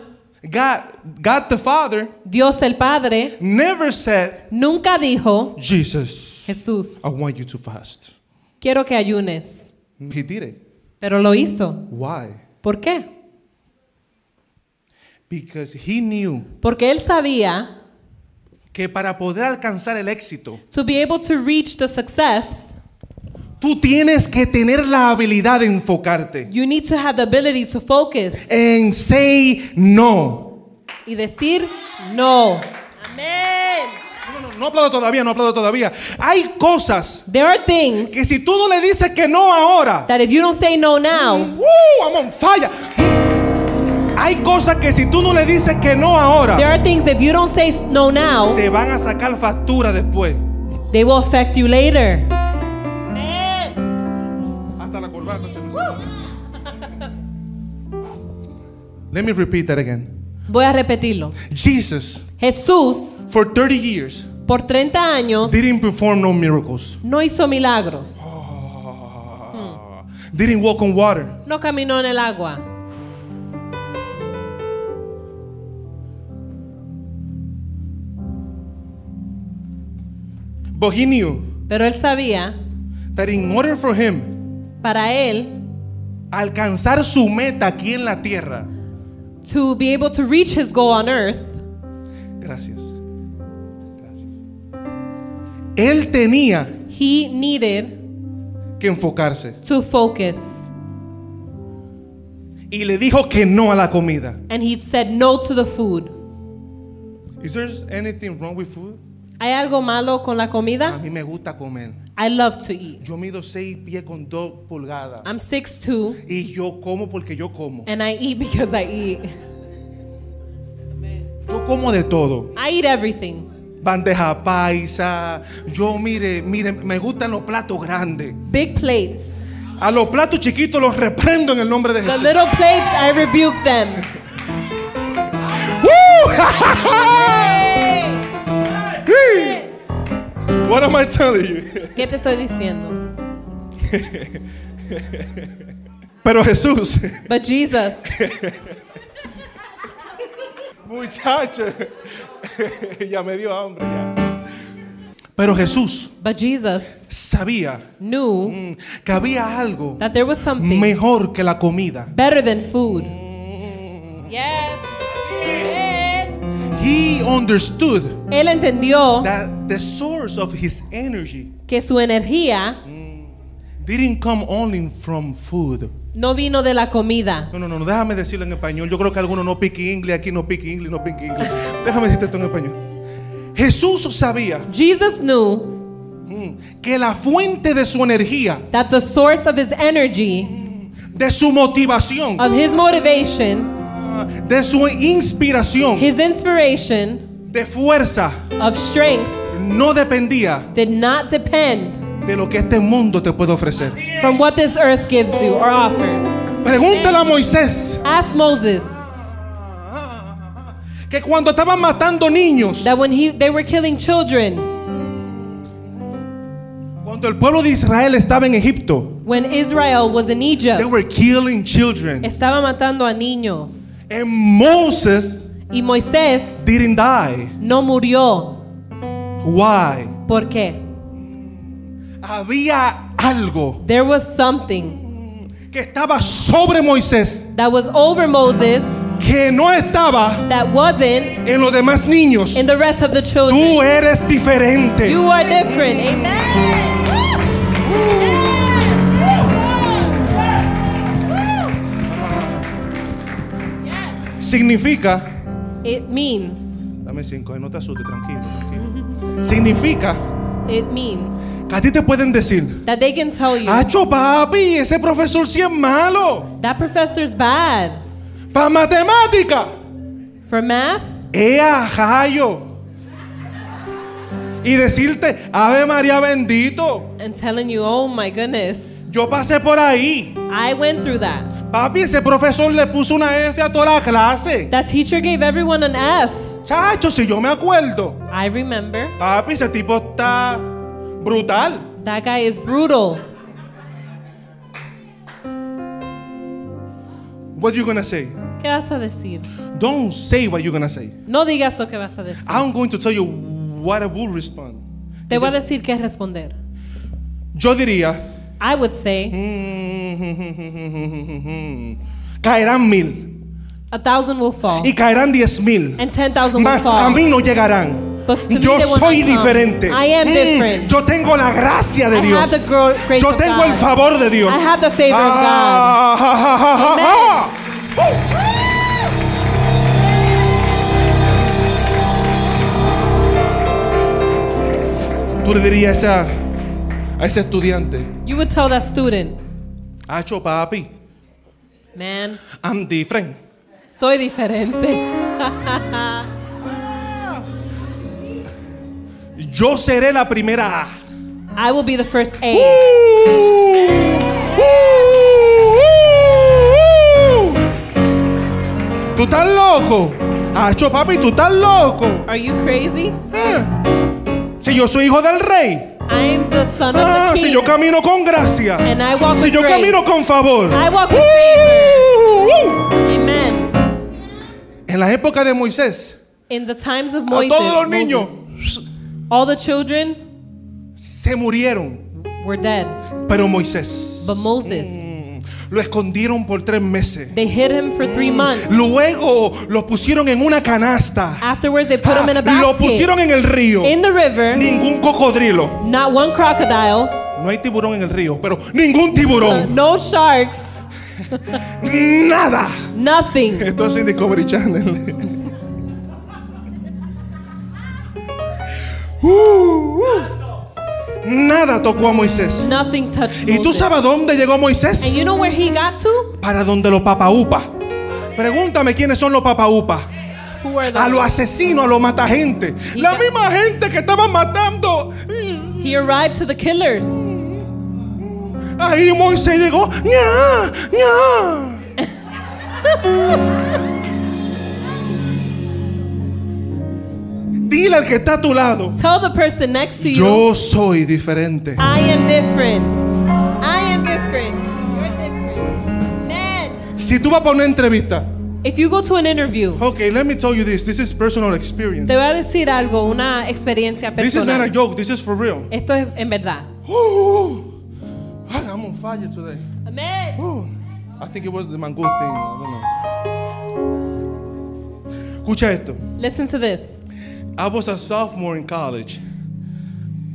[SPEAKER 3] God, God the Father
[SPEAKER 1] Dios el Padre
[SPEAKER 3] never said,
[SPEAKER 1] nunca dijo,
[SPEAKER 3] Jesus,
[SPEAKER 1] Jesús,
[SPEAKER 3] I want you to fast.
[SPEAKER 1] quiero que ayunes.
[SPEAKER 3] He did it.
[SPEAKER 1] Pero lo hizo.
[SPEAKER 3] Why?
[SPEAKER 1] ¿Por qué?
[SPEAKER 3] Because he knew
[SPEAKER 1] Porque él sabía
[SPEAKER 3] que para poder alcanzar el éxito,
[SPEAKER 1] to be able to reach the success,
[SPEAKER 3] tú tienes que tener la habilidad de enfocarte
[SPEAKER 1] you need to have the ability to focus
[SPEAKER 3] en say no.
[SPEAKER 1] y decir no. Amén.
[SPEAKER 3] No, no, no aplaudo todavía, no aplaudo todavía. Hay cosas
[SPEAKER 1] There are things
[SPEAKER 3] que si tú no le dices que no ahora,
[SPEAKER 1] that if you don't say no now,
[SPEAKER 3] ¡uh! I'm on fire. Hay cosas que si tú no le dices que no ahora,
[SPEAKER 1] There are things if you don't say s- no now,
[SPEAKER 3] te van a sacar factura después.
[SPEAKER 1] they will affect you later.
[SPEAKER 3] Hasta la corbata se me sacó. Let me repeat that again.
[SPEAKER 1] Voy a repetirlo.
[SPEAKER 3] Jesus,
[SPEAKER 1] Jesús
[SPEAKER 3] for 30 years,
[SPEAKER 1] por 30 años
[SPEAKER 3] didn't perform no miracles,
[SPEAKER 1] no hizo milagros.
[SPEAKER 3] didn't walk on water,
[SPEAKER 1] No caminó en el agua.
[SPEAKER 3] but he knew
[SPEAKER 1] Pero él sabía,
[SPEAKER 3] that in order for him
[SPEAKER 1] para él,
[SPEAKER 3] alcanzar su meta aquí en la tierra,
[SPEAKER 1] to be able to reach his goal on earth,
[SPEAKER 3] gracias, gracias, él tenía
[SPEAKER 1] he needed
[SPEAKER 3] que enfocarse
[SPEAKER 1] to focus.
[SPEAKER 3] y le dijo que no a la comida.
[SPEAKER 1] And he said no to the food.
[SPEAKER 3] Is there anything wrong with food?
[SPEAKER 1] ¿Hay algo malo con la
[SPEAKER 3] A
[SPEAKER 1] comida?
[SPEAKER 3] mí me gusta comer.
[SPEAKER 1] I love to eat.
[SPEAKER 3] Yo mido 6 pies con 2 pulgadas.
[SPEAKER 1] I'm 6'2
[SPEAKER 3] Y yo como porque yo como.
[SPEAKER 1] and I eat because I eat.
[SPEAKER 3] Yo como de todo.
[SPEAKER 1] I eat everything.
[SPEAKER 3] Bandeja paisa. Yo mire, mire, me gustan los platos grandes.
[SPEAKER 1] Big plates.
[SPEAKER 3] A los platos chiquitos los reprendo en el nombre de
[SPEAKER 1] The
[SPEAKER 3] Jesús.
[SPEAKER 1] little plates, I rebuke them. Hey.
[SPEAKER 3] ¡Woo! What am I telling you?
[SPEAKER 1] ¿Qué te estoy diciendo?
[SPEAKER 3] Pero Jesús,
[SPEAKER 1] But Jesus,
[SPEAKER 3] muchacho, ya me dio hambre ya. Pero Jesús
[SPEAKER 1] but Jesus
[SPEAKER 3] sabía
[SPEAKER 1] knew
[SPEAKER 3] mm, que había algo
[SPEAKER 1] that there was something
[SPEAKER 3] mejor que la comida.
[SPEAKER 1] better than food. Yes. Amen.
[SPEAKER 3] He understood
[SPEAKER 1] Él entendió
[SPEAKER 3] that the source of his energy
[SPEAKER 1] que su energía
[SPEAKER 3] didn't come only from food.
[SPEAKER 1] no vino de la comida.
[SPEAKER 3] No, no, no, no, déjame decirlo en español. Yo creo que algunos no pique inglés, aquí no pique inglés, no pique inglés. déjame decirte esto en español. Jesús sabía
[SPEAKER 1] Jesus knew
[SPEAKER 3] mm, que la fuente de su energía,
[SPEAKER 1] that the source of his energy,
[SPEAKER 3] de su motivación,
[SPEAKER 1] of his motivation,
[SPEAKER 3] de su inspiración,
[SPEAKER 1] his inspiration,
[SPEAKER 3] de fuerza,
[SPEAKER 1] of strength
[SPEAKER 3] no dependía
[SPEAKER 1] did not depend
[SPEAKER 3] de lo que este mundo te puede ofrecer.
[SPEAKER 1] from what this earth gives you or offers.
[SPEAKER 3] Pregúntale a Moisés
[SPEAKER 1] Ask Moses
[SPEAKER 3] que cuando estaban matando niños,
[SPEAKER 1] that when he, they were killing children,
[SPEAKER 3] cuando el pueblo de Israel estaba en Egipto,
[SPEAKER 1] when Israel was in
[SPEAKER 3] They
[SPEAKER 1] Egypt,
[SPEAKER 3] were killing children.
[SPEAKER 1] estaba matando a niños.
[SPEAKER 3] And Moses
[SPEAKER 1] Y Moisés
[SPEAKER 3] didn't die.
[SPEAKER 1] no murió.
[SPEAKER 3] Why?
[SPEAKER 1] ¿Por qué?
[SPEAKER 3] Había algo
[SPEAKER 1] There was something
[SPEAKER 3] que estaba sobre Moisés
[SPEAKER 1] that was over Moses
[SPEAKER 3] que no estaba
[SPEAKER 1] that wasn't
[SPEAKER 3] en los demás niños.
[SPEAKER 1] in the rest of the children.
[SPEAKER 3] Tú eres diferente.
[SPEAKER 1] You are different. Amen.
[SPEAKER 3] Significa,
[SPEAKER 1] It means,
[SPEAKER 3] dame cinco, eh, no te asustes, tranquilo, tranquilo. Significa
[SPEAKER 1] it means
[SPEAKER 3] que a ti te pueden decir,
[SPEAKER 1] that they can tell you
[SPEAKER 3] Hacho papi, ese profesor sí es malo.
[SPEAKER 1] that professor's bad
[SPEAKER 3] Para matemática, eh,
[SPEAKER 1] for math.
[SPEAKER 3] ¡Ea, jayo! Y decirte, Ave María bendito.
[SPEAKER 1] And telling you, oh my goodness,
[SPEAKER 3] Yo pasé por ahí.
[SPEAKER 1] I went through that.
[SPEAKER 3] Papi, ese profesor le puso una F a toda la clase.
[SPEAKER 1] That teacher gave everyone an F.
[SPEAKER 3] Chacho, si yo me acuerdo.
[SPEAKER 1] I remember.
[SPEAKER 3] Papi, ese tipo está brutal.
[SPEAKER 1] That guy is brutal.
[SPEAKER 3] What you gonna say?
[SPEAKER 1] ¿Qué vas a decir?
[SPEAKER 3] Don't say what you're gonna say.
[SPEAKER 1] No digas lo que vas a decir.
[SPEAKER 3] I'm going to tell you what I will respond.
[SPEAKER 1] Te voy a decir qué responder.
[SPEAKER 3] Yo diría,
[SPEAKER 1] I would say
[SPEAKER 3] "Mm, caerán mil
[SPEAKER 1] a thousand will fall
[SPEAKER 3] y caerán diez mil.
[SPEAKER 1] and ten thousand will
[SPEAKER 3] Mas a
[SPEAKER 1] fall.
[SPEAKER 3] mí no llegarán.
[SPEAKER 1] But to me
[SPEAKER 3] Yo
[SPEAKER 1] they will
[SPEAKER 3] soy
[SPEAKER 1] not come.
[SPEAKER 3] diferente.
[SPEAKER 1] I am
[SPEAKER 3] Mm,
[SPEAKER 1] different.
[SPEAKER 3] Yo tengo la gracia de
[SPEAKER 1] I
[SPEAKER 3] Dios.
[SPEAKER 1] have the gro- grace
[SPEAKER 3] Yo
[SPEAKER 1] of
[SPEAKER 3] tengo
[SPEAKER 1] God.
[SPEAKER 3] el favor de Dios.
[SPEAKER 1] I have the favor of God.
[SPEAKER 3] Ah, ja, ja, ja, ja, ja. Tú le dirías a, a ese estudiante,
[SPEAKER 1] You would tell that student,
[SPEAKER 3] Hacho papi,
[SPEAKER 1] man,
[SPEAKER 3] I'm different.
[SPEAKER 1] Soy diferente.
[SPEAKER 3] Yo seré la primera A. Uh,
[SPEAKER 1] I will be the first A.
[SPEAKER 3] uh, ¿Tú estás loco? Acho, papi, tú estás loco.
[SPEAKER 1] Are you crazy?
[SPEAKER 3] Eh. Si yo soy hijo del rey.
[SPEAKER 1] I am the son of
[SPEAKER 3] Ah,
[SPEAKER 1] the king.
[SPEAKER 3] si yo camino con gracia.
[SPEAKER 1] and I walk
[SPEAKER 3] Si
[SPEAKER 1] with
[SPEAKER 3] yo
[SPEAKER 1] grace.
[SPEAKER 3] camino con favor.
[SPEAKER 1] I walk with
[SPEAKER 3] Uh, uh.
[SPEAKER 1] Amen.
[SPEAKER 3] En la época de Moisés,
[SPEAKER 1] In the times of
[SPEAKER 3] a
[SPEAKER 1] Moises,
[SPEAKER 3] todos los niños
[SPEAKER 1] Moses, all the children
[SPEAKER 3] se murieron.
[SPEAKER 1] were dead,
[SPEAKER 3] Pero Moisés
[SPEAKER 1] but Moses,
[SPEAKER 3] lo escondieron por tres meses.
[SPEAKER 1] they hid him for three months.
[SPEAKER 3] Luego lo pusieron en una canasta.
[SPEAKER 1] Afterwards, they put him in a
[SPEAKER 3] Ah, Lo pusieron
[SPEAKER 1] basket
[SPEAKER 3] en el río.
[SPEAKER 1] in the river.
[SPEAKER 3] Ningún cocodrilo.
[SPEAKER 1] Not one crocodile,
[SPEAKER 3] No hay tiburón en el río, pero ningún
[SPEAKER 1] uh,
[SPEAKER 3] tiburón.
[SPEAKER 1] no sharks,
[SPEAKER 3] Ah. Nada.
[SPEAKER 1] nothing.
[SPEAKER 3] Esto es en Discovery Channel. Uh, uh. Nada tocó a Moisés.
[SPEAKER 1] Nothing touched
[SPEAKER 3] ¿Y tú
[SPEAKER 1] Moses.
[SPEAKER 3] sabes a dónde llegó
[SPEAKER 1] And
[SPEAKER 3] Moisés?
[SPEAKER 1] you know where he got to?
[SPEAKER 3] Para donde los papaupa. Pregúntame quiénes son los papaupa.
[SPEAKER 1] Who are
[SPEAKER 3] A los
[SPEAKER 1] the?
[SPEAKER 3] asesinos, a los matagentes.
[SPEAKER 1] Y
[SPEAKER 3] La
[SPEAKER 1] ya-
[SPEAKER 3] misma gente que estaban matando.
[SPEAKER 1] He arrived to the killers.
[SPEAKER 3] Ahí Moisés llegó. ¡Nya! ¡Nya! Dile al que está a tu lado.
[SPEAKER 1] Tell the person next to you,
[SPEAKER 3] Yo soy diferente.
[SPEAKER 1] I am different. I am different. You're different. Man.
[SPEAKER 3] Si tú vas para una entrevista,
[SPEAKER 1] If you go to an interview,
[SPEAKER 3] ok, let me tell you this. This is personal experience.
[SPEAKER 1] te voy a decir algo, una experiencia
[SPEAKER 3] This is not a
[SPEAKER 1] personal.
[SPEAKER 3] joke. This is for real. Oh,
[SPEAKER 1] Esto es en verdad.
[SPEAKER 3] Ooh, Ah, I'm on fire today.
[SPEAKER 1] Amén.
[SPEAKER 3] Ooh, I think it was the mango thing. I don't know. Escucha esto.
[SPEAKER 1] Listen to this.
[SPEAKER 3] I was a sophomore in college.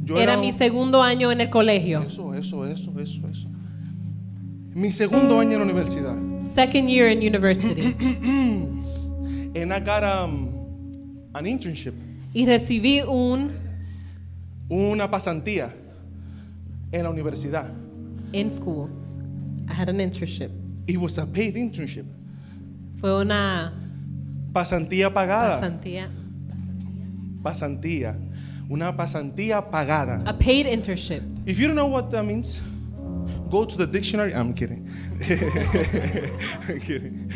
[SPEAKER 3] Yo
[SPEAKER 1] Era
[SPEAKER 3] un-
[SPEAKER 1] mi segundo año en el colegio.
[SPEAKER 3] Eso, eso, eso, eso, eso. Mi segundo año en la universidad.
[SPEAKER 1] Second year in university.
[SPEAKER 3] And I got um, an internship,
[SPEAKER 1] Y recibí un
[SPEAKER 3] una pasantía en la universidad.
[SPEAKER 1] in school. I had an internship.
[SPEAKER 3] It was a paid internship.
[SPEAKER 1] Fue una
[SPEAKER 3] Pasantía pagada.
[SPEAKER 1] pasantía.
[SPEAKER 3] Pasantía. Una pasantía pagada.
[SPEAKER 1] A paid internship.
[SPEAKER 3] If you don't know what that means, go to the dictionary. I'm kidding. I'm kidding.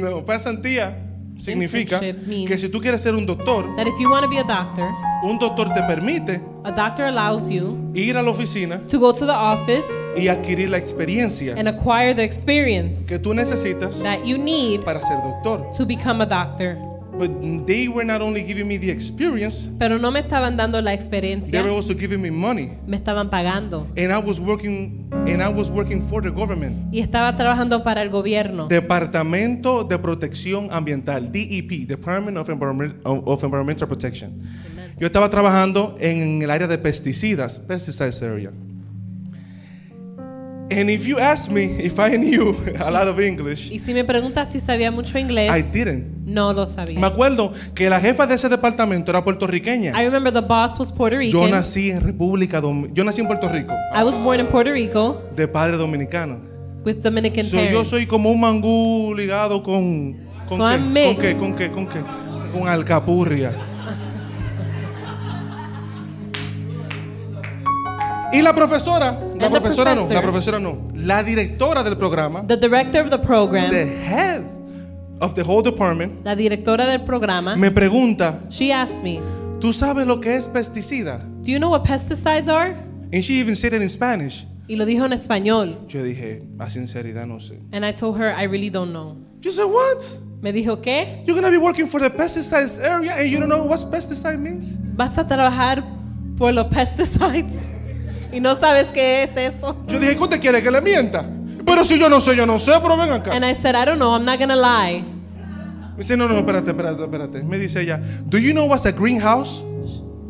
[SPEAKER 3] no, pasantía significa
[SPEAKER 1] Internship means-
[SPEAKER 3] que si tú quieres ser un doctor,
[SPEAKER 1] That if you want to be a doctor,
[SPEAKER 3] un doctor te permite
[SPEAKER 1] a doctor allows you
[SPEAKER 3] ir a la oficina
[SPEAKER 1] to go to the office
[SPEAKER 3] y adquirir la experiencia
[SPEAKER 1] and acquire the experience
[SPEAKER 3] que tú necesitas
[SPEAKER 1] that you need
[SPEAKER 3] para ser doctor.
[SPEAKER 1] to become a doctor.
[SPEAKER 3] But they were not only giving me the experience,
[SPEAKER 1] Pero no me estaban dando la
[SPEAKER 3] they
[SPEAKER 1] experiencia,
[SPEAKER 3] were also giving me money.
[SPEAKER 1] me estaban pagando.
[SPEAKER 3] And I was working and I was working for the government.
[SPEAKER 1] Y estaba trabajando para el gobierno,
[SPEAKER 3] Departamento de Protección Ambiental, DEP, Department of, Environment- of- of Environmental Protection. Yo estaba trabajando en el área de pesticidas, pesticides area. And if you ask me if I knew a lot of English,
[SPEAKER 1] Y si me preguntas si sabía mucho
[SPEAKER 3] I
[SPEAKER 1] inglés,
[SPEAKER 3] didn't.
[SPEAKER 1] no lo
[SPEAKER 3] Me
[SPEAKER 1] sabía.
[SPEAKER 3] acuerdo que la jefa de ese departamento era puertorriqueña.
[SPEAKER 1] I remember the boss was Puerto
[SPEAKER 3] Yo
[SPEAKER 1] Rican.
[SPEAKER 3] nací en República Dominicana. Yo nací en Puerto Rico,
[SPEAKER 1] I was born in Puerto Rico
[SPEAKER 3] de padre dominicano.
[SPEAKER 1] with Dominican
[SPEAKER 3] So, yo
[SPEAKER 1] parents.
[SPEAKER 3] soy como un mangú ligado con. ¿Con
[SPEAKER 1] So I'm
[SPEAKER 3] qué? ¿Con
[SPEAKER 1] mixed.
[SPEAKER 3] qué? ¿Con qué? ¿Con qué? Con alcapurria. Y la profesora,
[SPEAKER 1] the
[SPEAKER 3] la profesora no,
[SPEAKER 1] professor.
[SPEAKER 3] la profesora no, la directora del programa,
[SPEAKER 1] The director of the program,
[SPEAKER 3] the head of the whole department,
[SPEAKER 1] la directora del programa,
[SPEAKER 3] me pregunta,
[SPEAKER 1] she asked me,
[SPEAKER 3] ¿tú sabes lo que es pesticida?
[SPEAKER 1] "Do you know what pesticides are?"
[SPEAKER 3] And she even said it in Spanish.
[SPEAKER 1] Y lo dijo en español.
[SPEAKER 3] Yo dije, a sinceridad no sé.
[SPEAKER 1] And I told her I really don't know.
[SPEAKER 3] She said, what?
[SPEAKER 1] Me dijo, "¿Qué?
[SPEAKER 3] You're gonna be working for the pesticides area and you don't know what pesticide means?
[SPEAKER 1] ¿Vas a trabajar por los pesticides y no sabes qué es eso?"
[SPEAKER 3] Yo dije, ¿qué usted quiere que le mienta? Pero si yo no sé, yo no sé, pero ven acá.
[SPEAKER 1] And I said, "I don't know. I'm not going to lie."
[SPEAKER 3] Me dice, no, no, espérate, espérate, espérate. Me dice ella, do you know what's a greenhouse?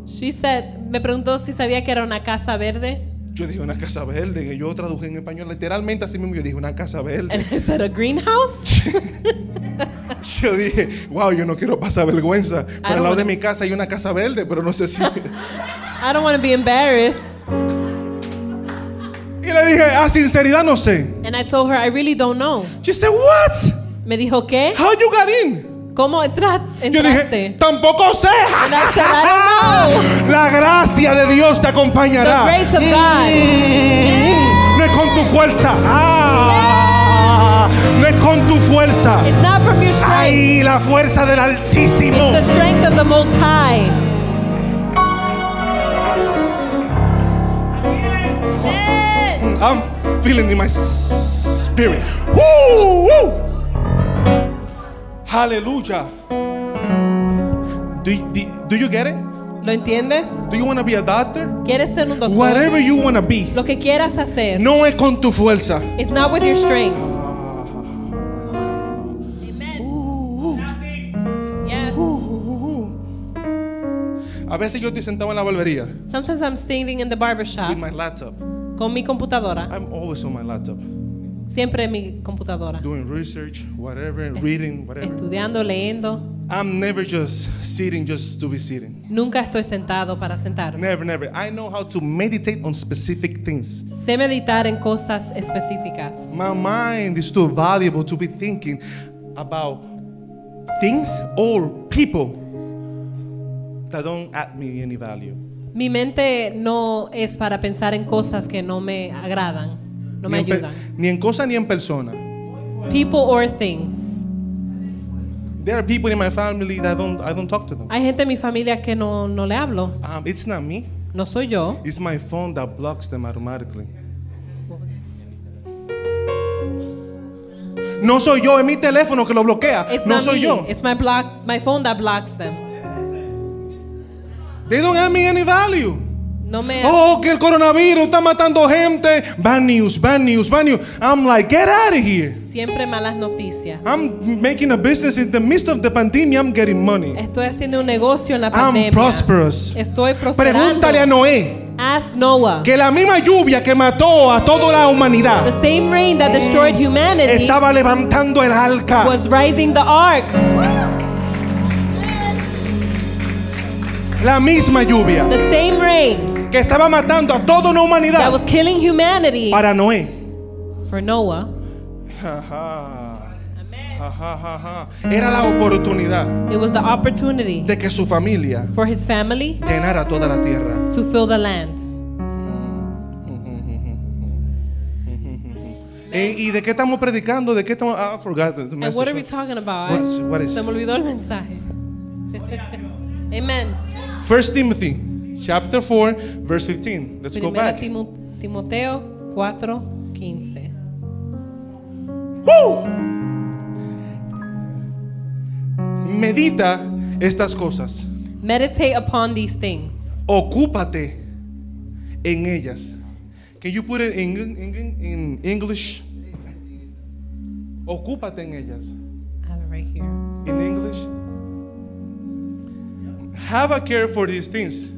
[SPEAKER 1] She said, me preguntó si sabía que era una casa verde.
[SPEAKER 3] Yo dije, una casa verde, que yo traduje en español literalmente así mismo. Yo dije, una casa verde.
[SPEAKER 1] And I said, a greenhouse?
[SPEAKER 3] Yo dije, wow, yo no quiero pasar vergüenza. Pero al
[SPEAKER 1] wanna-
[SPEAKER 3] lado de mi casa hay una casa verde, pero no sé si... y
[SPEAKER 1] I don't want to be embarrassed.
[SPEAKER 3] le dije, a sinceridad no sé.
[SPEAKER 1] And I told her, I really don't know.
[SPEAKER 3] She said, what?
[SPEAKER 1] Me dijo, ¿qué?
[SPEAKER 3] How you got in?
[SPEAKER 1] ¿Cómo entra-
[SPEAKER 3] Yo
[SPEAKER 1] entraste?
[SPEAKER 3] dije, tampoco sé.
[SPEAKER 1] And I said, "I don't
[SPEAKER 3] La gracia de Dios te
[SPEAKER 1] The
[SPEAKER 3] acompañará.
[SPEAKER 1] grace of God.
[SPEAKER 3] No es con tu fuerza. Ah, no es con tu fuerza.
[SPEAKER 1] It's not from your strength.
[SPEAKER 3] Ay, la fuerza del Altísimo.
[SPEAKER 1] It's the strength of the Most High. Amen.
[SPEAKER 3] I'm feeling in my spirit. Woo, woo. Hallelujah. Do, do, do you get it?
[SPEAKER 1] ¿Lo entiendes?
[SPEAKER 3] Do you want to be a doctor?
[SPEAKER 1] ¿Quieres ser un doctor?
[SPEAKER 3] Whatever you want to be.
[SPEAKER 1] Lo que quieras hacer.
[SPEAKER 3] No es con tu fuerza.
[SPEAKER 1] It's not with your strength. Yes.
[SPEAKER 3] A veces yo estoy sentado en la barbería
[SPEAKER 1] Sometimes I'm sitting in the
[SPEAKER 3] with
[SPEAKER 1] barbershop
[SPEAKER 3] my laptop.
[SPEAKER 1] con mi computadora,
[SPEAKER 3] I'm always on my laptop
[SPEAKER 1] siempre en mi computadora,
[SPEAKER 3] doing research, whatever, reading, whatever.
[SPEAKER 1] estudiando, leyendo.
[SPEAKER 3] I'm never just sitting just to be sitting.
[SPEAKER 1] Nunca estoy sentado para sentarme.
[SPEAKER 3] Never, never. I know how to meditate on specific things.
[SPEAKER 1] Sé meditar en cosas específicas.
[SPEAKER 3] My mind is too valuable to be thinking about things or people that don't add me any value.
[SPEAKER 1] Mi mente no es para pensar en cosas que no me agradan, no me
[SPEAKER 3] ni, en pe-
[SPEAKER 1] ayudan.
[SPEAKER 3] ni en cosa ni en persona.
[SPEAKER 1] People or things.
[SPEAKER 3] There are people in my family that don't I don't talk to them.
[SPEAKER 1] Hay gente en mi familia que no, no le hablo.
[SPEAKER 3] Um, it's not me.
[SPEAKER 1] No soy yo.
[SPEAKER 3] It's my phone that blocks them automatically. No soy yo, es mi teléfono que lo bloquea.
[SPEAKER 1] It's
[SPEAKER 3] no
[SPEAKER 1] not
[SPEAKER 3] soy
[SPEAKER 1] me.
[SPEAKER 3] yo.
[SPEAKER 1] It's my block, my phone that blocks them.
[SPEAKER 3] They don't add me any value.
[SPEAKER 1] No me
[SPEAKER 3] Oh, que el coronavirus está matando gente. Bad news, bad news, bad news. I'm like, get out of here.
[SPEAKER 1] siempre malas noticias.
[SPEAKER 3] I'm making a business in the midst of the pandemic. I'm getting money.
[SPEAKER 1] Estoy haciendo un negocio en la pandemia.
[SPEAKER 3] I'm prosperous.
[SPEAKER 1] Estoy prosperando.
[SPEAKER 3] Pregúntale a Noé
[SPEAKER 1] Ask Noah.
[SPEAKER 3] que la misma lluvia que mató a toda la humanidad
[SPEAKER 1] The same rain that destroyed humanity
[SPEAKER 3] estaba levantando el arca.
[SPEAKER 1] was rising the ark.
[SPEAKER 3] La misma lluvia
[SPEAKER 1] The same rain
[SPEAKER 3] que estaba matando a toda una
[SPEAKER 1] that
[SPEAKER 3] humanidad
[SPEAKER 1] was killing humanity
[SPEAKER 3] para Noé.
[SPEAKER 1] for Noah.
[SPEAKER 3] Ajá. Ajá, ajá, ajá. Era la oportunidad
[SPEAKER 1] It was the opportunity
[SPEAKER 3] de que su familia
[SPEAKER 1] for his family
[SPEAKER 3] llenara toda la tierra.
[SPEAKER 1] to fill the land.
[SPEAKER 3] Eh, ¿Y de qué estamos predicando? ¿De qué estamos? Ah, I forgot the
[SPEAKER 1] And
[SPEAKER 3] message.
[SPEAKER 1] what are we talking about?
[SPEAKER 3] What is- what is-
[SPEAKER 1] Se me olvidó el mensaje. Amen.
[SPEAKER 3] First Timothy, chapter 4, verse 15. Let's go
[SPEAKER 1] Primera
[SPEAKER 3] back.
[SPEAKER 1] Timo- Timoteo 4:15.
[SPEAKER 3] Woo! Medita estas cosas.
[SPEAKER 1] Meditate upon these things.
[SPEAKER 3] Ocúpate en ellas. Can you put it in, in- in English? Ocúpate en ellas.
[SPEAKER 1] I have it right here.
[SPEAKER 3] in English. Have a care for these things.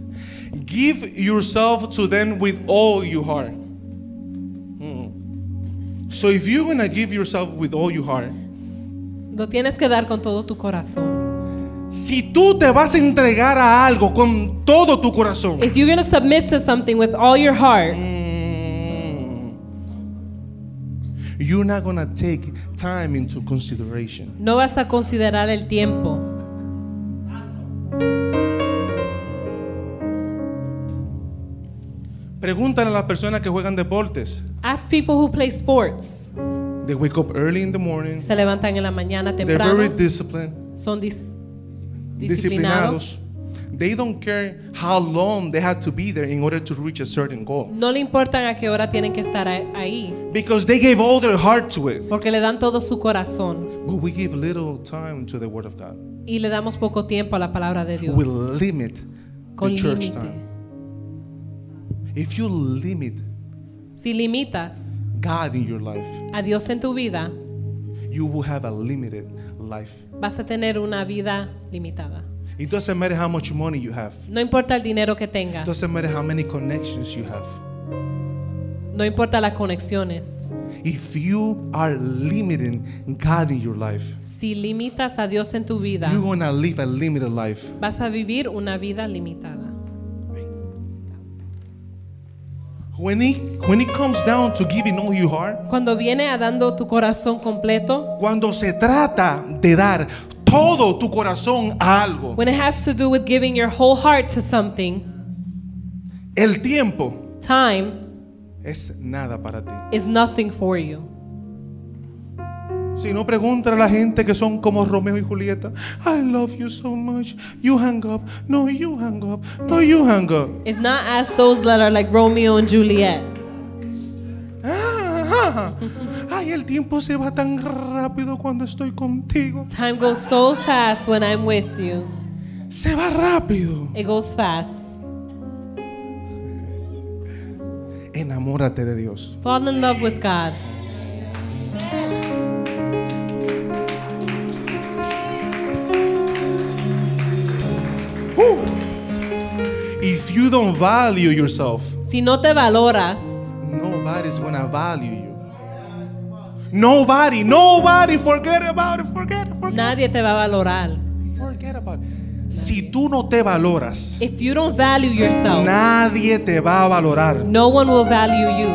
[SPEAKER 3] Give yourself to them with all you heart. Mm. So if you're gonna give yourself with all your heart,
[SPEAKER 1] Lo tienes que dar con todo tu corazón.
[SPEAKER 3] si tú te vas a entregar a algo con todo tu corazón,
[SPEAKER 1] If you're going to submit to something with all your heart,
[SPEAKER 3] mm, hmm, you're not gonna take time into consideration.
[SPEAKER 1] no vas a considerar el tiempo.
[SPEAKER 3] Pregúntale a las personas que juegan deportes.
[SPEAKER 1] Ask people who play sports.
[SPEAKER 3] They wake up early in the morning.
[SPEAKER 1] Se levantan en la mañana
[SPEAKER 3] They're very
[SPEAKER 1] temprano,
[SPEAKER 3] disciplined.
[SPEAKER 1] son dis- disciplinados.
[SPEAKER 3] disciplinados. They don't care how long they had to be there in order to reach a certain goal.
[SPEAKER 1] No le importan a qué hora tienen que estar a- ahí,
[SPEAKER 3] Because they gave all their heart to it.
[SPEAKER 1] porque le dan todo su corazón
[SPEAKER 3] But we give little time to the Word of God.
[SPEAKER 1] y le damos poco tiempo a la palabra de
[SPEAKER 3] We
[SPEAKER 1] Dios.
[SPEAKER 3] limit
[SPEAKER 1] Con
[SPEAKER 3] the church
[SPEAKER 1] límite.
[SPEAKER 3] time. If you limit
[SPEAKER 1] Si limitas
[SPEAKER 3] God in your life,
[SPEAKER 1] a Dios en tu vida,
[SPEAKER 3] you will have a limited life.
[SPEAKER 1] vas a tener una vida limitada.
[SPEAKER 3] It doesn't matter how much money you have,
[SPEAKER 1] No importa el dinero que
[SPEAKER 3] it
[SPEAKER 1] tengas,
[SPEAKER 3] doesn't matter how many connections you have.
[SPEAKER 1] no importa las conexiones.
[SPEAKER 3] If you are limiting God in your life,
[SPEAKER 1] Si limitas a Dios en tu vida,
[SPEAKER 3] you're gonna live a limited life.
[SPEAKER 1] vas a vivir una vida limitada.
[SPEAKER 3] When he, when it comes down to giving all your heart,
[SPEAKER 1] Cuando viene a dando tu corazón completo,
[SPEAKER 3] cuando se trata de dar todo tu corazón a algo,
[SPEAKER 1] when it has to do with giving your whole heart to something,
[SPEAKER 3] el tiempo
[SPEAKER 1] time
[SPEAKER 3] es nada para ti.
[SPEAKER 1] is nothing for you.
[SPEAKER 3] Si no pregunta a la gente que son como Romeo y Julieta, I love you so much, you hang up, no you hang up, no you hang up.
[SPEAKER 1] If not, ask those that are like Romeo and Juliet.
[SPEAKER 3] Ah, ah, ah. Ay, el tiempo se va tan rápido cuando estoy contigo.
[SPEAKER 1] Time goes so fast when I'm with you.
[SPEAKER 3] Se va rápido.
[SPEAKER 1] It goes fast.
[SPEAKER 3] Enamórate de Dios.
[SPEAKER 1] Fall in love with God.
[SPEAKER 3] Uh. If you don't value yourself,
[SPEAKER 1] Si no te valoras,
[SPEAKER 3] nobody's gonna value you. Nobody, nobody, forget about it, forget it, forget
[SPEAKER 1] nadie te va a valorar.
[SPEAKER 3] it, forget about it. Si tú no te valoras,
[SPEAKER 1] If you don't value yourself,
[SPEAKER 3] nadie te va a valorar.
[SPEAKER 1] no one will value you.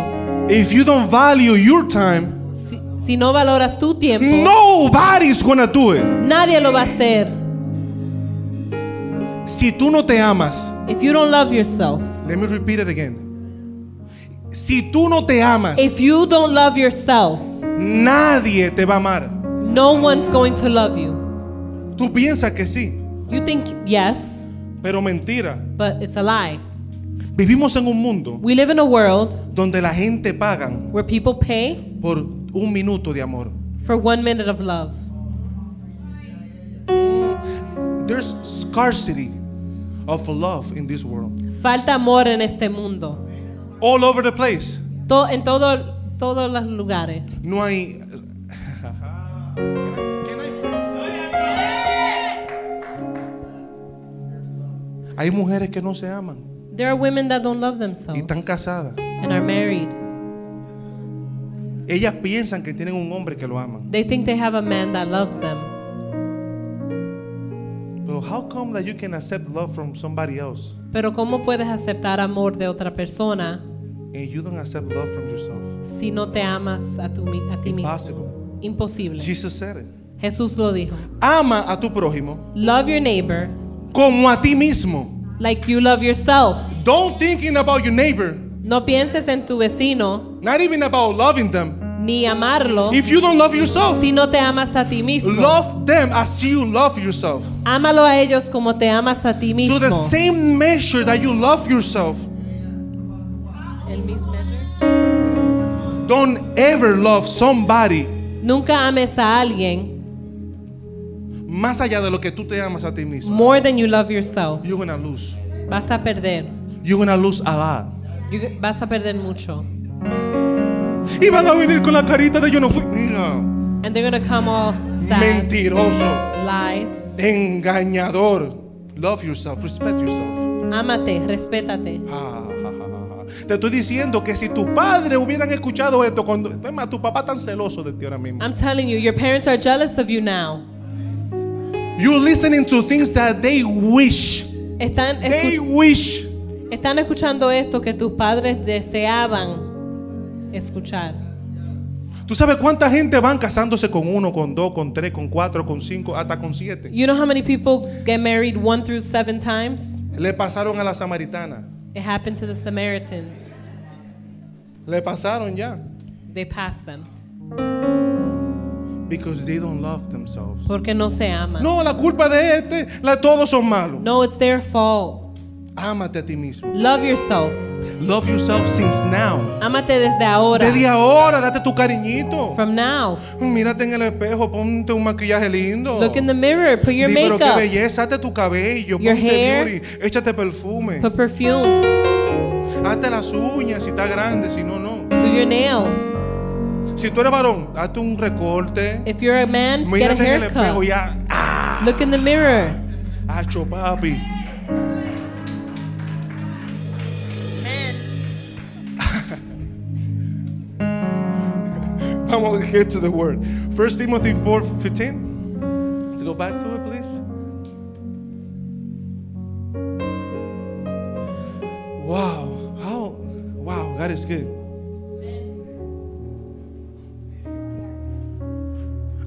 [SPEAKER 3] If you don't value your time,
[SPEAKER 1] Si, si no valoras tu tiempo,
[SPEAKER 3] nobody's gonna do it.
[SPEAKER 1] nadie lo va a hacer.
[SPEAKER 3] Si tú no te amas,
[SPEAKER 1] If you don't love yourself,
[SPEAKER 3] let me repeat it again. Si tú no te amas,
[SPEAKER 1] if you don't love yourself,
[SPEAKER 3] nadie te va a amar.
[SPEAKER 1] no one's going to love you.
[SPEAKER 3] Tú piensas que sí,
[SPEAKER 1] You think yes,
[SPEAKER 3] pero mentira.
[SPEAKER 1] but it's a lie.
[SPEAKER 3] Vivimos en un mundo
[SPEAKER 1] We live in a world
[SPEAKER 3] donde la gente pagan
[SPEAKER 1] where people pay
[SPEAKER 3] por un minuto de amor.
[SPEAKER 1] for one minute of love.
[SPEAKER 3] There's scarcity of love in this world.
[SPEAKER 1] Falta amor en este mundo.
[SPEAKER 3] All over the place.
[SPEAKER 1] To- en todo- todos los lugares.
[SPEAKER 3] No hay Hay mujeres que no se aman
[SPEAKER 1] There are women that don't love
[SPEAKER 3] y
[SPEAKER 1] themselves
[SPEAKER 3] están casadas.
[SPEAKER 1] and are married.
[SPEAKER 3] Ellas piensan que tienen un hombre que lo aman.
[SPEAKER 1] They think they have a man that loves them.
[SPEAKER 3] Pero how come that you can accept love from somebody else
[SPEAKER 1] Pero ¿cómo puedes aceptar amor de otra persona
[SPEAKER 3] and you don't accept love from yourself?
[SPEAKER 1] si no te amas a, tu mi- a ti
[SPEAKER 3] Impossible.
[SPEAKER 1] mismo? Imposible.
[SPEAKER 3] Jesus said it.
[SPEAKER 1] Jesús lo dijo.
[SPEAKER 3] Ama a tu prójimo
[SPEAKER 1] Love your neighbor
[SPEAKER 3] como a ti mismo.
[SPEAKER 1] like you love yourself.
[SPEAKER 3] Don't thinking about your neighbor,
[SPEAKER 1] No pienses en tu vecino
[SPEAKER 3] not even about loving them.
[SPEAKER 1] ni amarlo
[SPEAKER 3] If you don't love yourself,
[SPEAKER 1] si no te amas a ti mismo.
[SPEAKER 3] love them as you love yourself.
[SPEAKER 1] Ámalo a ellos como te amas a ti mismo.
[SPEAKER 3] So the same measure that you love yourself,
[SPEAKER 1] El mismo.
[SPEAKER 3] don't ever love somebody
[SPEAKER 1] Nunca ames a alguien
[SPEAKER 3] más allá de lo que tú te amas a ti mismo.
[SPEAKER 1] more than you love yourself.
[SPEAKER 3] You're gonna lose.
[SPEAKER 1] Vas a perder.
[SPEAKER 3] You're gonna lose a lot.
[SPEAKER 1] You- Vas a perder mucho.
[SPEAKER 3] Y van a venir con la carita de yo no fui. Mira,
[SPEAKER 1] And they're gonna come all sad,
[SPEAKER 3] mentiroso,
[SPEAKER 1] lies.
[SPEAKER 3] engañador. Love yourself, respect yourself.
[SPEAKER 1] Ámate, respétate.
[SPEAKER 3] Ah, ah, ah, ah. Te estoy diciendo que si tu padre hubieran escuchado esto, cuando, es más, tu papá tan celoso de ti ahora mismo.
[SPEAKER 1] I'm telling you, your parents are jealous of you now.
[SPEAKER 3] You're listening to things that they wish.
[SPEAKER 1] Están,
[SPEAKER 3] They
[SPEAKER 1] escu-
[SPEAKER 3] wish.
[SPEAKER 1] están escuchando esto que tus padres deseaban escuchar.
[SPEAKER 3] ¿Tú sabes cuánta gente van casándose con uno, con dos, con tres, con cuatro, con cinco, hasta con siete?
[SPEAKER 1] You know how many people get married one through seven times?
[SPEAKER 3] Le pasaron a la samaritana.
[SPEAKER 1] It happened to the Samaritans.
[SPEAKER 3] Le pasaron ya.
[SPEAKER 1] They passed them
[SPEAKER 3] Because they don't love themselves.
[SPEAKER 1] porque no se aman.
[SPEAKER 3] No, la culpa de este, la, todos son malos.
[SPEAKER 1] No, it's their fault.
[SPEAKER 3] Ámate a ti mismo.
[SPEAKER 1] Love yourself.
[SPEAKER 3] Love yourself since now.
[SPEAKER 1] Ámate desde ahora.
[SPEAKER 3] Desde ahora, date tu cariñito.
[SPEAKER 1] From now.
[SPEAKER 3] Mírate en el espejo, ponte un maquillaje lindo.
[SPEAKER 1] Look in the mirror, put your
[SPEAKER 3] Di, pero qué
[SPEAKER 1] makeup,
[SPEAKER 3] belleza, hazte tu cabello,
[SPEAKER 1] Your
[SPEAKER 3] ponte
[SPEAKER 1] hair.
[SPEAKER 3] beauty, échate perfume,
[SPEAKER 1] put perfume,
[SPEAKER 3] hazte las uñas si está grande, si no, no.
[SPEAKER 1] do your nails.
[SPEAKER 3] Si tú eres varón, hazte un recorte.
[SPEAKER 1] If you're a man, get a
[SPEAKER 3] Mírate en el espejo
[SPEAKER 1] haircut.
[SPEAKER 3] ya. ¡Ah!
[SPEAKER 1] Look in the mirror.
[SPEAKER 3] Acho, papi. I'm going to get to the word. 1 Timothy 4 15. Let's go back to it, please. Wow. How? Wow. God God is good.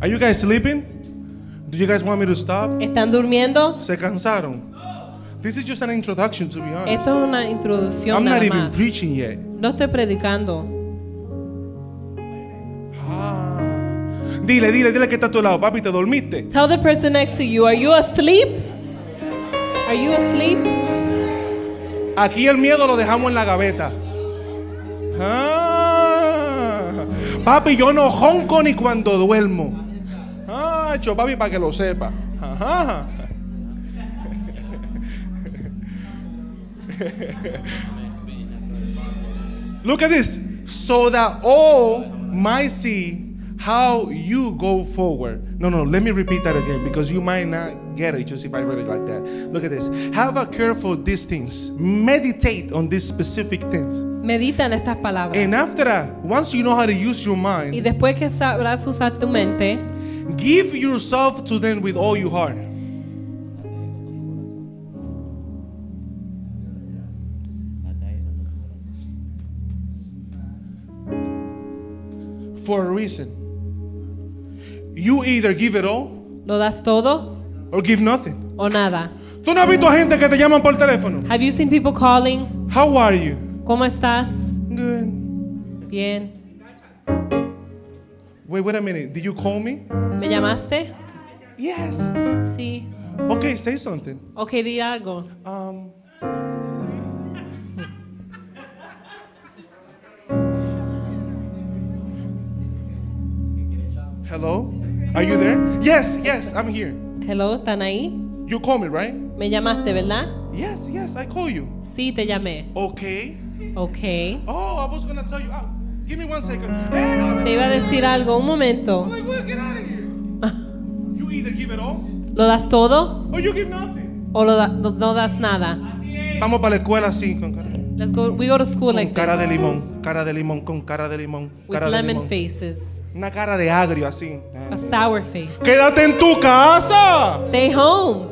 [SPEAKER 3] Are you guys sleeping? Do you guys want me to stop?
[SPEAKER 1] ¿Están durmiendo?
[SPEAKER 3] Se cansaron. This is just an introduction, to be honest.
[SPEAKER 1] Esto es una introducción
[SPEAKER 3] I'm not
[SPEAKER 1] nada
[SPEAKER 3] even
[SPEAKER 1] más.
[SPEAKER 3] preaching yet.
[SPEAKER 1] No estoy predicando.
[SPEAKER 3] Ah. Dile, dile, dile que está a tu lado, papi, te dormiste.
[SPEAKER 1] Tell the person next to you, are you asleep? Are you asleep?
[SPEAKER 3] Aquí el miedo lo dejamos en la gaveta. Ah. Papi, yo no jonco ni cuando duermo. Ah, cho, papi, para que lo sepa. Ajá. Look at this. So that all might see how you go forward. No, no, let me repeat that again because you might not get it just if I read it like that. Look at this. Have a care for these things. Meditate on these specific things.
[SPEAKER 1] Meditan estas palabras.
[SPEAKER 3] And after that, once you know how to use your
[SPEAKER 1] y
[SPEAKER 3] mind,
[SPEAKER 1] después que sabrás usar tu mente,
[SPEAKER 3] give yourself to them with all your heart. For a reason. You either give it all
[SPEAKER 1] lo das todo
[SPEAKER 3] or give nothing.
[SPEAKER 1] o nada.
[SPEAKER 3] ¿Tú no has visto gente que te llaman por teléfono?
[SPEAKER 1] Have you seen people calling?
[SPEAKER 3] How are you?
[SPEAKER 1] ¿Cómo estás?
[SPEAKER 3] Good.
[SPEAKER 1] Bien.
[SPEAKER 3] Wait, wait a minute. Did you call me?
[SPEAKER 1] ¿Me llamaste?
[SPEAKER 3] Yes.
[SPEAKER 1] Sí.
[SPEAKER 3] Okay, say something.
[SPEAKER 1] Ok, di algo.
[SPEAKER 3] Um, hello? Are you there? Yes, yes, I'm here.
[SPEAKER 1] Hello, ¿están ahí?
[SPEAKER 3] You call me, right?
[SPEAKER 1] ¿Me llamaste, verdad?
[SPEAKER 3] Yes, yes, I call you.
[SPEAKER 1] Sí, te llamé.
[SPEAKER 3] Okay.
[SPEAKER 1] Ok.
[SPEAKER 3] Oh, I was gonna tell you. Oh, give me one second. Hey, no, no,
[SPEAKER 1] Te iba a decir algo, un momento.
[SPEAKER 3] like, what? Get out of here. You either give it all
[SPEAKER 1] ¿Lo das todo
[SPEAKER 3] or you give nothing.
[SPEAKER 1] o lo da- no, no das nada?
[SPEAKER 3] Vamos para la escuela así, con cara,
[SPEAKER 1] Let's go, we go to school
[SPEAKER 3] con
[SPEAKER 1] like
[SPEAKER 3] cara de
[SPEAKER 1] this.
[SPEAKER 3] limón, cara de limón, con cara de limón,
[SPEAKER 1] With
[SPEAKER 3] cara de
[SPEAKER 1] lemon
[SPEAKER 3] limón.
[SPEAKER 1] faces.
[SPEAKER 3] Una cara de agrio así.
[SPEAKER 1] A sour face.
[SPEAKER 3] Quédate en tu casa.
[SPEAKER 1] Stay home.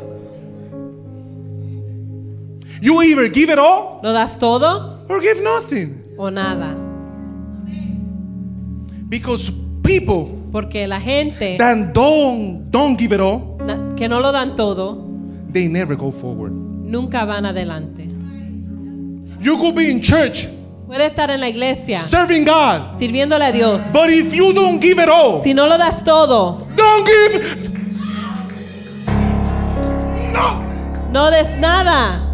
[SPEAKER 3] You either give it all
[SPEAKER 1] ¿Lo das todo
[SPEAKER 3] or give nothing.
[SPEAKER 1] o nada?
[SPEAKER 3] Because people
[SPEAKER 1] Porque la gente
[SPEAKER 3] that don't don't give it all,
[SPEAKER 1] na- que no lo dan todo
[SPEAKER 3] they never go forward.
[SPEAKER 1] nunca van adelante.
[SPEAKER 3] You could be in church
[SPEAKER 1] Puede estar en la iglesia
[SPEAKER 3] serving God,
[SPEAKER 1] sirviéndole a Dios.
[SPEAKER 3] but if you don't give it all,
[SPEAKER 1] Si no lo das todo,
[SPEAKER 3] don't give. No.
[SPEAKER 1] no des nada.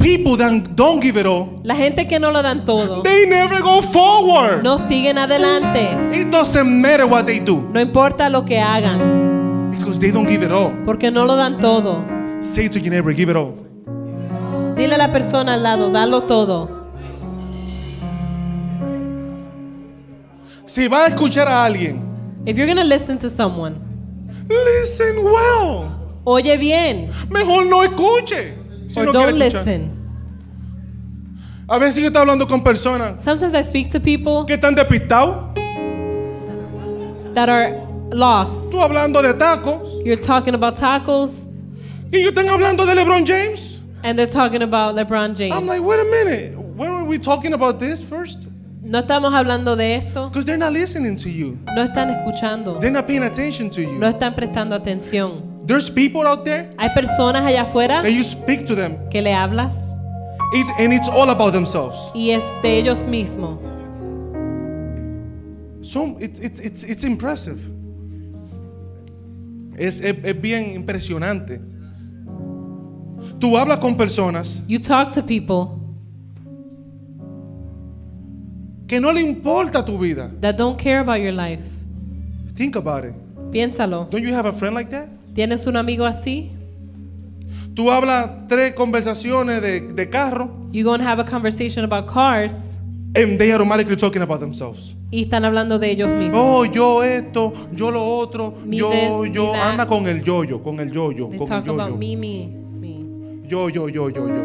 [SPEAKER 3] People that don't give it all,
[SPEAKER 1] La gente que no lo dan todo
[SPEAKER 3] they never go forward.
[SPEAKER 1] no siguen adelante.
[SPEAKER 3] It doesn't matter what they do
[SPEAKER 1] No importa lo que hagan,
[SPEAKER 3] because they don't give it all.
[SPEAKER 1] porque no lo dan todo.
[SPEAKER 3] Say to your neighbor, give it all.
[SPEAKER 1] Dile a la persona al lado, dalo todo.
[SPEAKER 3] Si va a escuchar a alguien,
[SPEAKER 1] If you're gonna listen to someone,
[SPEAKER 3] listen well.
[SPEAKER 1] oye bien
[SPEAKER 3] Mejor no escuche. Si
[SPEAKER 1] or
[SPEAKER 3] no
[SPEAKER 1] don't
[SPEAKER 3] quiere escuchar.
[SPEAKER 1] listen.
[SPEAKER 3] A veces yo estoy hablando con personas
[SPEAKER 1] Sometimes I speak to people
[SPEAKER 3] que están despistados.
[SPEAKER 1] that are lost.
[SPEAKER 3] Tú hablando de tacos.
[SPEAKER 1] You're talking about tacos
[SPEAKER 3] Y yo están hablando de LeBron James.
[SPEAKER 1] and they're talking about LeBron
[SPEAKER 3] I'm
[SPEAKER 1] James.
[SPEAKER 3] like, wait a minute. When were we talking about this first?
[SPEAKER 1] No estamos hablando de esto.
[SPEAKER 3] Because they're not listening to you.
[SPEAKER 1] No están escuchando.
[SPEAKER 3] They're not paying attention to
[SPEAKER 1] No
[SPEAKER 3] you.
[SPEAKER 1] están prestando atención.
[SPEAKER 3] There's people out there
[SPEAKER 1] Hay personas allá afuera
[SPEAKER 3] that you speak to them.
[SPEAKER 1] que le hablas
[SPEAKER 3] It, and it's all about themselves.
[SPEAKER 1] y es de ellos mismos.
[SPEAKER 3] Some, it, it- it's, it's impressive. Es, es, es bien impresionante. Tú hablas con personas
[SPEAKER 1] You talk to people
[SPEAKER 3] que no le importa tu vida.
[SPEAKER 1] that don't care about your life.
[SPEAKER 3] Think about it.
[SPEAKER 1] Piénsalo.
[SPEAKER 3] Don't you have a friend like that?
[SPEAKER 1] ¿Tienes un amigo así?
[SPEAKER 3] Tú hablas tres conversaciones de, de carro
[SPEAKER 1] You gonna have a conversation about cars
[SPEAKER 3] and they automatically talking about themselves.
[SPEAKER 1] y están hablando de ellos mismos.
[SPEAKER 3] Oh, yo esto, yo lo otro,
[SPEAKER 1] Mi
[SPEAKER 3] yo,
[SPEAKER 1] this,
[SPEAKER 3] yo,
[SPEAKER 1] mi that.
[SPEAKER 3] anda con el yo-yo, con el yo-yo,
[SPEAKER 1] They
[SPEAKER 3] con el
[SPEAKER 1] talk
[SPEAKER 3] yo-yo.
[SPEAKER 1] about me, me, me.
[SPEAKER 3] Yo, yo, yo, yo, yo.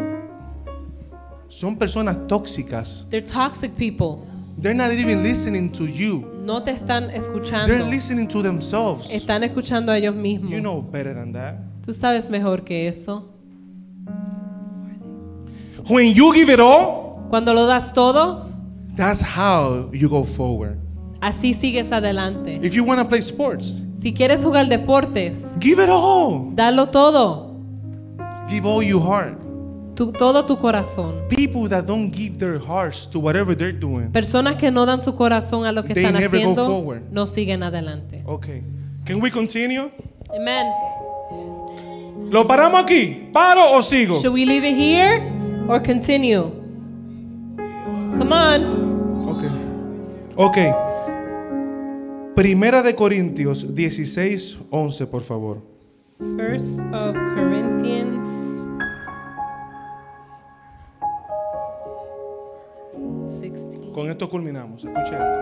[SPEAKER 3] Son personas tóxicas.
[SPEAKER 1] They're toxic people.
[SPEAKER 3] They're not even listening to you.
[SPEAKER 1] No te están escuchando.
[SPEAKER 3] They're listening to
[SPEAKER 1] Este
[SPEAKER 3] themselves.
[SPEAKER 1] Están escuchando a ellos mismos.
[SPEAKER 3] You know better than that.
[SPEAKER 1] Tú sabes mejor que eso.
[SPEAKER 3] When you give it all,
[SPEAKER 1] Cuando lo das todo,
[SPEAKER 3] that's how you go forward.
[SPEAKER 1] así sigues adelante.
[SPEAKER 3] If you want to play sports,
[SPEAKER 1] Si quieres jugar deportes,
[SPEAKER 3] give it all.
[SPEAKER 1] dalo todo,
[SPEAKER 3] Give all your heart.
[SPEAKER 1] tu- todo tu corazón.
[SPEAKER 3] People that don't give their hearts to whatever they're doing.
[SPEAKER 1] Personas que no dan su corazón a lo que
[SPEAKER 3] They
[SPEAKER 1] están
[SPEAKER 3] never go
[SPEAKER 1] haciendo,
[SPEAKER 3] forward.
[SPEAKER 1] no siguen adelante.
[SPEAKER 3] Okay. Can we continue?
[SPEAKER 1] Amen.
[SPEAKER 3] ¿Lo paramos aquí? ¿Paro o sigo?
[SPEAKER 1] Should we leave it here or continue? Come on.
[SPEAKER 3] Ok. Ok. Primera de Corintios 16, 11, por favor.
[SPEAKER 1] First of Corinthians 16.
[SPEAKER 3] Con esto culminamos. Escucha esto.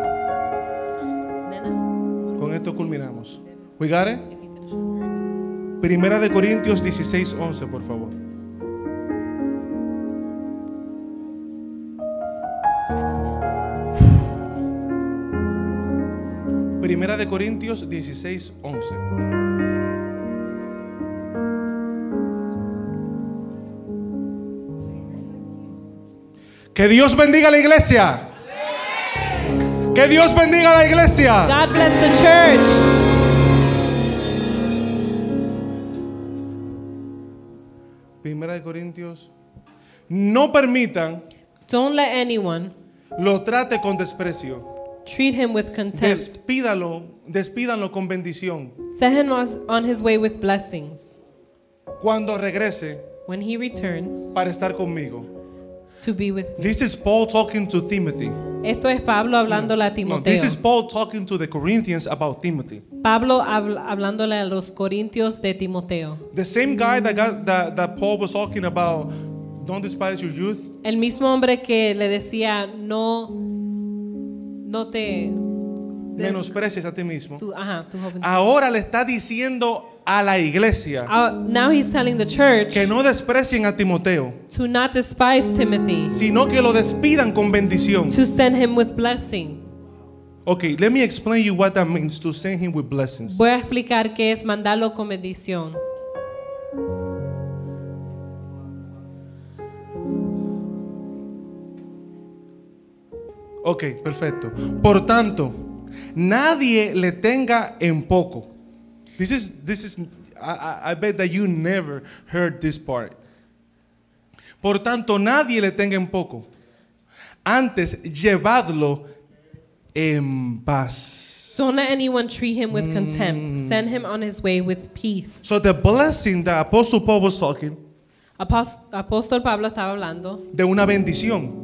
[SPEAKER 1] Nena,
[SPEAKER 3] Con esto culminamos. We got it?
[SPEAKER 1] if he finishes early.
[SPEAKER 3] Primera de Corintios 16, 11, por favor. Primera de Corintios 16, 11. Que Dios bendiga a la iglesia. Que Dios bendiga a la iglesia.
[SPEAKER 1] God bless the church.
[SPEAKER 3] Primera de Corintios. No permitan
[SPEAKER 1] Don't let anyone
[SPEAKER 3] lo trate con desprecio.
[SPEAKER 1] treat him with contempt.
[SPEAKER 3] Despídalo, despídanlo con bendición.
[SPEAKER 1] Set him on on his way with blessings
[SPEAKER 3] Cuando regrese
[SPEAKER 1] when he returns
[SPEAKER 3] para estar conmigo.
[SPEAKER 1] to be with me.
[SPEAKER 3] This is Paul talking to Timothy. No,
[SPEAKER 1] Esto es Pablo hablándole a Timoteo.
[SPEAKER 3] this is Paul talking to the Corinthians about Timothy.
[SPEAKER 1] Pablo habl- hablándole a los corintios de Timoteo.
[SPEAKER 3] The same guy that, got, that, that Paul was talking about, don't despise your youth.
[SPEAKER 1] El mismo hombre que le decía, no, no te...
[SPEAKER 3] Menosprecies a ti mismo.
[SPEAKER 1] tu- ajá, tu joven.
[SPEAKER 3] Ahora le está diciendo a la iglesia
[SPEAKER 1] Ah, now he's telling the church
[SPEAKER 3] que no desprecien a Timoteo,
[SPEAKER 1] to not despise Timothy,
[SPEAKER 3] sino que lo despidan con bendición.
[SPEAKER 1] to send him with blessing.
[SPEAKER 3] Okay, let me explain you what that means to send him with blessings.
[SPEAKER 1] Voy a explicar qué es mandarlo con bendición.
[SPEAKER 3] Ok, perfecto. Por tanto, nadie le tenga en poco. This is, this is, I, I- I bet that you never heard this part. Por tanto, nadie le tenga en poco. Antes, llevadlo en paz.
[SPEAKER 1] Don't let anyone treat him with contempt.
[SPEAKER 3] Mm.
[SPEAKER 1] Send him on his way with peace.
[SPEAKER 3] So the blessing that Apostle Paul was talking,
[SPEAKER 1] Apos- Apóstol Pablo estaba hablando
[SPEAKER 3] de una bendición.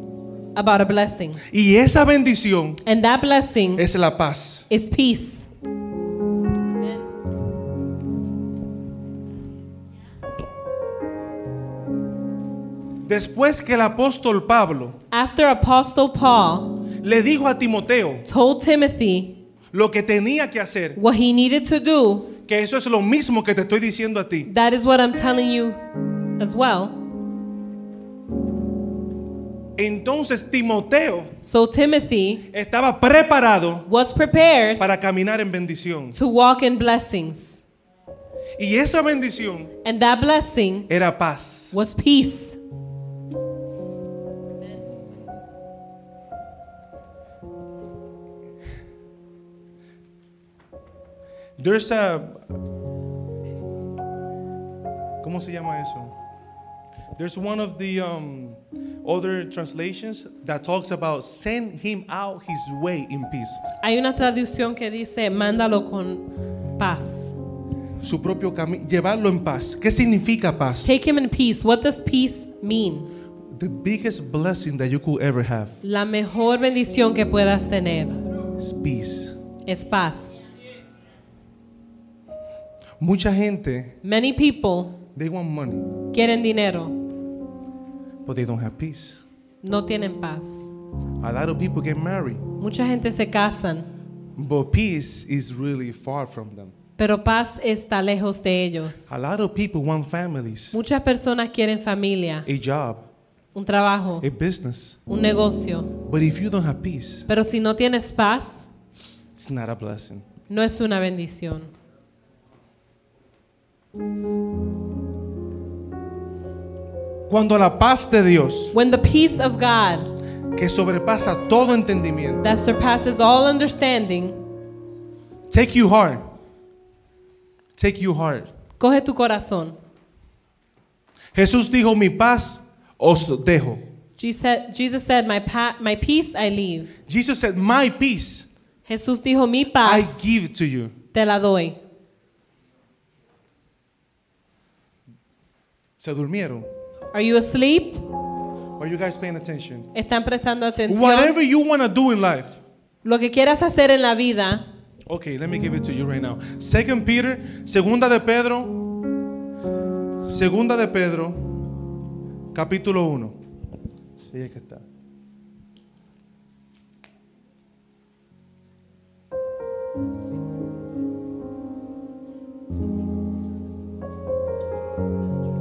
[SPEAKER 1] about a blessing.
[SPEAKER 3] Y esa bendición
[SPEAKER 1] And that blessing
[SPEAKER 3] es la paz.
[SPEAKER 1] is peace.
[SPEAKER 3] Después que el apóstol Pablo
[SPEAKER 1] After Apostle Paul
[SPEAKER 3] le dijo a Timoteo
[SPEAKER 1] told Timothy
[SPEAKER 3] lo que tenía que hacer,
[SPEAKER 1] what he needed to do,
[SPEAKER 3] que eso es lo mismo que te estoy diciendo a ti.
[SPEAKER 1] that is what I'm telling you as well.
[SPEAKER 3] Entonces Timoteo
[SPEAKER 1] So Timothy
[SPEAKER 3] estaba preparado
[SPEAKER 1] was prepared
[SPEAKER 3] para caminar en bendición.
[SPEAKER 1] to walk in blessings.
[SPEAKER 3] Y esa bendición
[SPEAKER 1] And that blessing
[SPEAKER 3] era paz.
[SPEAKER 1] was peace.
[SPEAKER 3] There's a ¿Cómo se llama eso? There's one of the um, other translations that talks about send him out his way in peace.
[SPEAKER 1] Hay una traducción que dice, mándalo con paz.
[SPEAKER 3] Su propio camino, llevarlo en paz. ¿Qué significa paz?
[SPEAKER 1] Take him in peace. What does peace mean?
[SPEAKER 3] The biggest blessing that you could ever have
[SPEAKER 1] La mejor bendición que puedas tener
[SPEAKER 3] is peace.
[SPEAKER 1] es paz.
[SPEAKER 3] Mucha gente,
[SPEAKER 1] Many people
[SPEAKER 3] they want money,
[SPEAKER 1] quieren dinero,
[SPEAKER 3] but they don't have peace.
[SPEAKER 1] no tienen paz.
[SPEAKER 3] A lot of people get married,
[SPEAKER 1] Mucha gente se casan,
[SPEAKER 3] but peace is really far from them.
[SPEAKER 1] pero paz está lejos de ellos.
[SPEAKER 3] A lot of people want families,
[SPEAKER 1] Muchas personas quieren familia,
[SPEAKER 3] a job,
[SPEAKER 1] un trabajo,
[SPEAKER 3] a business.
[SPEAKER 1] un negocio,
[SPEAKER 3] But if you don't have peace,
[SPEAKER 1] pero si no tienes paz,
[SPEAKER 3] it's not a blessing.
[SPEAKER 1] no es una bendición.
[SPEAKER 3] Cuando la paz de Dios,
[SPEAKER 1] When the peace of God
[SPEAKER 3] que sobrepasa todo entendimiento,
[SPEAKER 1] that surpasses all understanding,
[SPEAKER 3] take you hard. Take you hard.
[SPEAKER 1] coge tu corazón.
[SPEAKER 3] Jesús dijo, mi paz os dejo.
[SPEAKER 1] Jesus Jesus said, my, pa- my peace I leave.
[SPEAKER 3] Jesus said, my peace
[SPEAKER 1] Jesús dijo, mi
[SPEAKER 3] I
[SPEAKER 1] paz
[SPEAKER 3] give to you.
[SPEAKER 1] te la doy.
[SPEAKER 3] Se durmieron.
[SPEAKER 1] Are you asleep?
[SPEAKER 3] Are you guys paying attention?
[SPEAKER 1] ¿Están prestando atención?
[SPEAKER 3] Whatever you want to do in life.
[SPEAKER 1] Lo que quieras hacer en la vida,
[SPEAKER 3] Okay, let me give it to you right now. Second Peter, segunda de Pedro, segunda de Pedro, capítulo 1. Sí, es que está.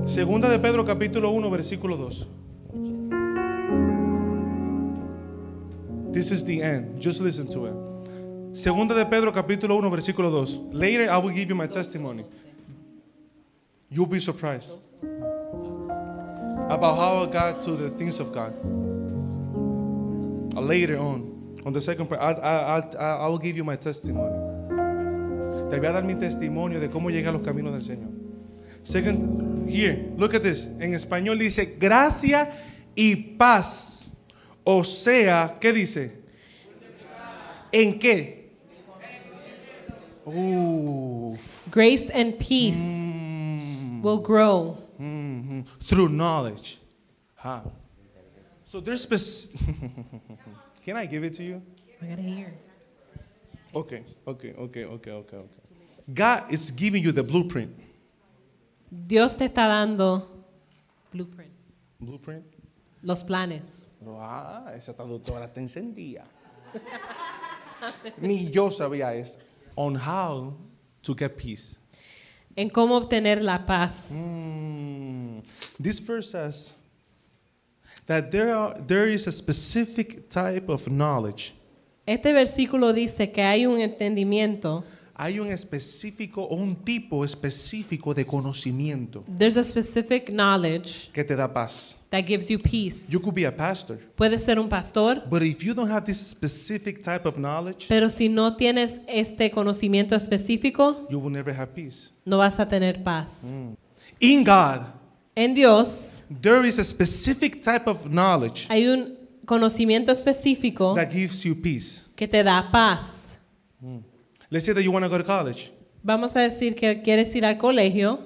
[SPEAKER 3] Segunda de Pedro, capítulo 1, versículo 2. This is the end. Just listen to it. Segunda de Pedro capítulo 1 versículo 2. Later I will give you my testimony. You'll be surprised about how I got to the things of God. Uh, Later on, on the second part, I, I, I, I will give you my testimony. Te voy a dar mi testimonio de cómo llegué a los caminos del Señor. Second, here, look at this. En español dice gracia y paz. O sea, ¿qué dice? ¿En qué? Uf.
[SPEAKER 1] grace and peace
[SPEAKER 3] Mm.
[SPEAKER 1] will grow.
[SPEAKER 3] Mhm. Through knowledge. Ah. So there's specific. Can I give it to you?
[SPEAKER 1] I gotta hear.
[SPEAKER 3] Okay, okay, okay, okay, okay, okay. God is giving you the blueprint.
[SPEAKER 1] Dios te está dando blueprint,
[SPEAKER 3] Blueprint.
[SPEAKER 1] los planes.
[SPEAKER 3] Ah, esa traductora te encendía. Ni yo sabía eso. On how to get peace.
[SPEAKER 1] En cómo obtener la paz.
[SPEAKER 3] Mm. This verse says that there, are, there is a specific type of knowledge.
[SPEAKER 1] Este versículo dice que hay un entendimiento.
[SPEAKER 3] Hay un específico o un tipo específico de conocimiento
[SPEAKER 1] There's a specific knowledge
[SPEAKER 3] que te da paz.
[SPEAKER 1] that gives you peace.
[SPEAKER 3] You could be a pastor,
[SPEAKER 1] Puedes ser un pastor,
[SPEAKER 3] but if you don't have this specific type of knowledge,
[SPEAKER 1] pero si no tienes este conocimiento específico,
[SPEAKER 3] you will never have peace.
[SPEAKER 1] no vas a tener paz.
[SPEAKER 3] Mm. In God,
[SPEAKER 1] En Dios
[SPEAKER 3] there is a specific type of knowledge
[SPEAKER 1] hay un conocimiento específico
[SPEAKER 3] that gives you peace.
[SPEAKER 1] que te da paz.
[SPEAKER 3] Let's say that you want to go to college,
[SPEAKER 1] Vamos a decir que quieres ir al colegio,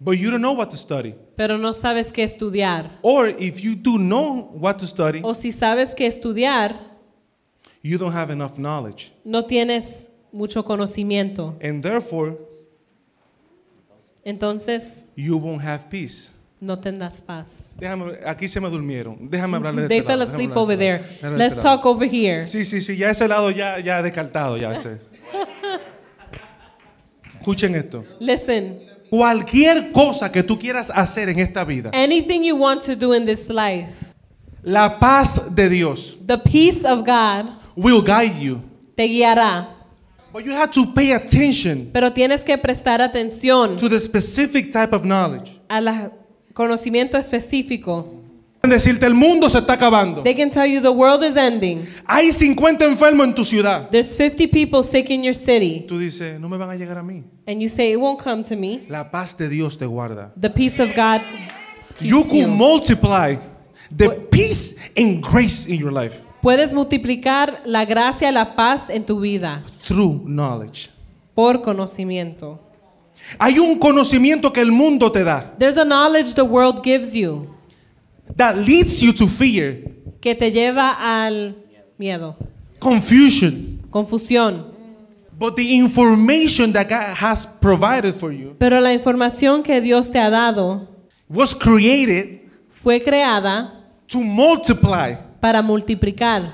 [SPEAKER 3] but you don't know what to study.
[SPEAKER 1] pero no sabes qué estudiar.
[SPEAKER 3] Or if you do know what to study,
[SPEAKER 1] O si sabes qué estudiar,
[SPEAKER 3] you don't have enough knowledge.
[SPEAKER 1] no tienes mucho conocimiento.
[SPEAKER 3] And therefore,
[SPEAKER 1] Entonces,
[SPEAKER 3] you won't have peace.
[SPEAKER 1] no tendrás paz.
[SPEAKER 3] Déjame, aquí se me durmieron. Déjame hablarle de
[SPEAKER 1] They
[SPEAKER 3] este
[SPEAKER 1] fell
[SPEAKER 3] lado,
[SPEAKER 1] asleep
[SPEAKER 3] déjame
[SPEAKER 1] over there.
[SPEAKER 3] hablarle de este lado, déjame hablarle de
[SPEAKER 1] Let's
[SPEAKER 3] este lado.
[SPEAKER 1] talk over here.
[SPEAKER 3] Sí, sí, sí, ya ese lado ya, ya descartado, ya ese. Escuchen esto.
[SPEAKER 1] Listen,
[SPEAKER 3] Cualquier cosa que tú quieras hacer en esta vida,
[SPEAKER 1] anything you want to do in this life,
[SPEAKER 3] la paz de Dios
[SPEAKER 1] the peace of God
[SPEAKER 3] will guide you.
[SPEAKER 1] te guiará.
[SPEAKER 3] But you have to pay attention
[SPEAKER 1] Pero tienes que prestar atención
[SPEAKER 3] to the specific type of knowledge.
[SPEAKER 1] al conocimiento específico.
[SPEAKER 3] Pueden Decirte, el mundo se está acabando.
[SPEAKER 1] They can tell you the world is ending.
[SPEAKER 3] Hay 50 enfermos en tu ciudad.
[SPEAKER 1] There's 50 people sick in your city.
[SPEAKER 3] Tú dices, no me van a llegar a mí.
[SPEAKER 1] And you say, it won't come to me.
[SPEAKER 3] La paz de Dios te guarda.
[SPEAKER 1] The peace of God
[SPEAKER 3] You
[SPEAKER 1] keeps
[SPEAKER 3] can
[SPEAKER 1] you.
[SPEAKER 3] multiply the peace and grace in your life
[SPEAKER 1] Puedes multiplicar la gracia y la paz en tu vida
[SPEAKER 3] through knowledge.
[SPEAKER 1] por conocimiento.
[SPEAKER 3] Hay un conocimiento que el mundo te da
[SPEAKER 1] There's a knowledge the world gives you
[SPEAKER 3] that leads you to fear,
[SPEAKER 1] que te lleva al miedo,
[SPEAKER 3] confusion.
[SPEAKER 1] confusión.
[SPEAKER 3] But the information that God has provided for you
[SPEAKER 1] Pero la información que Dios te ha dado
[SPEAKER 3] was created
[SPEAKER 1] fue creada
[SPEAKER 3] to multiply
[SPEAKER 1] para multiplicar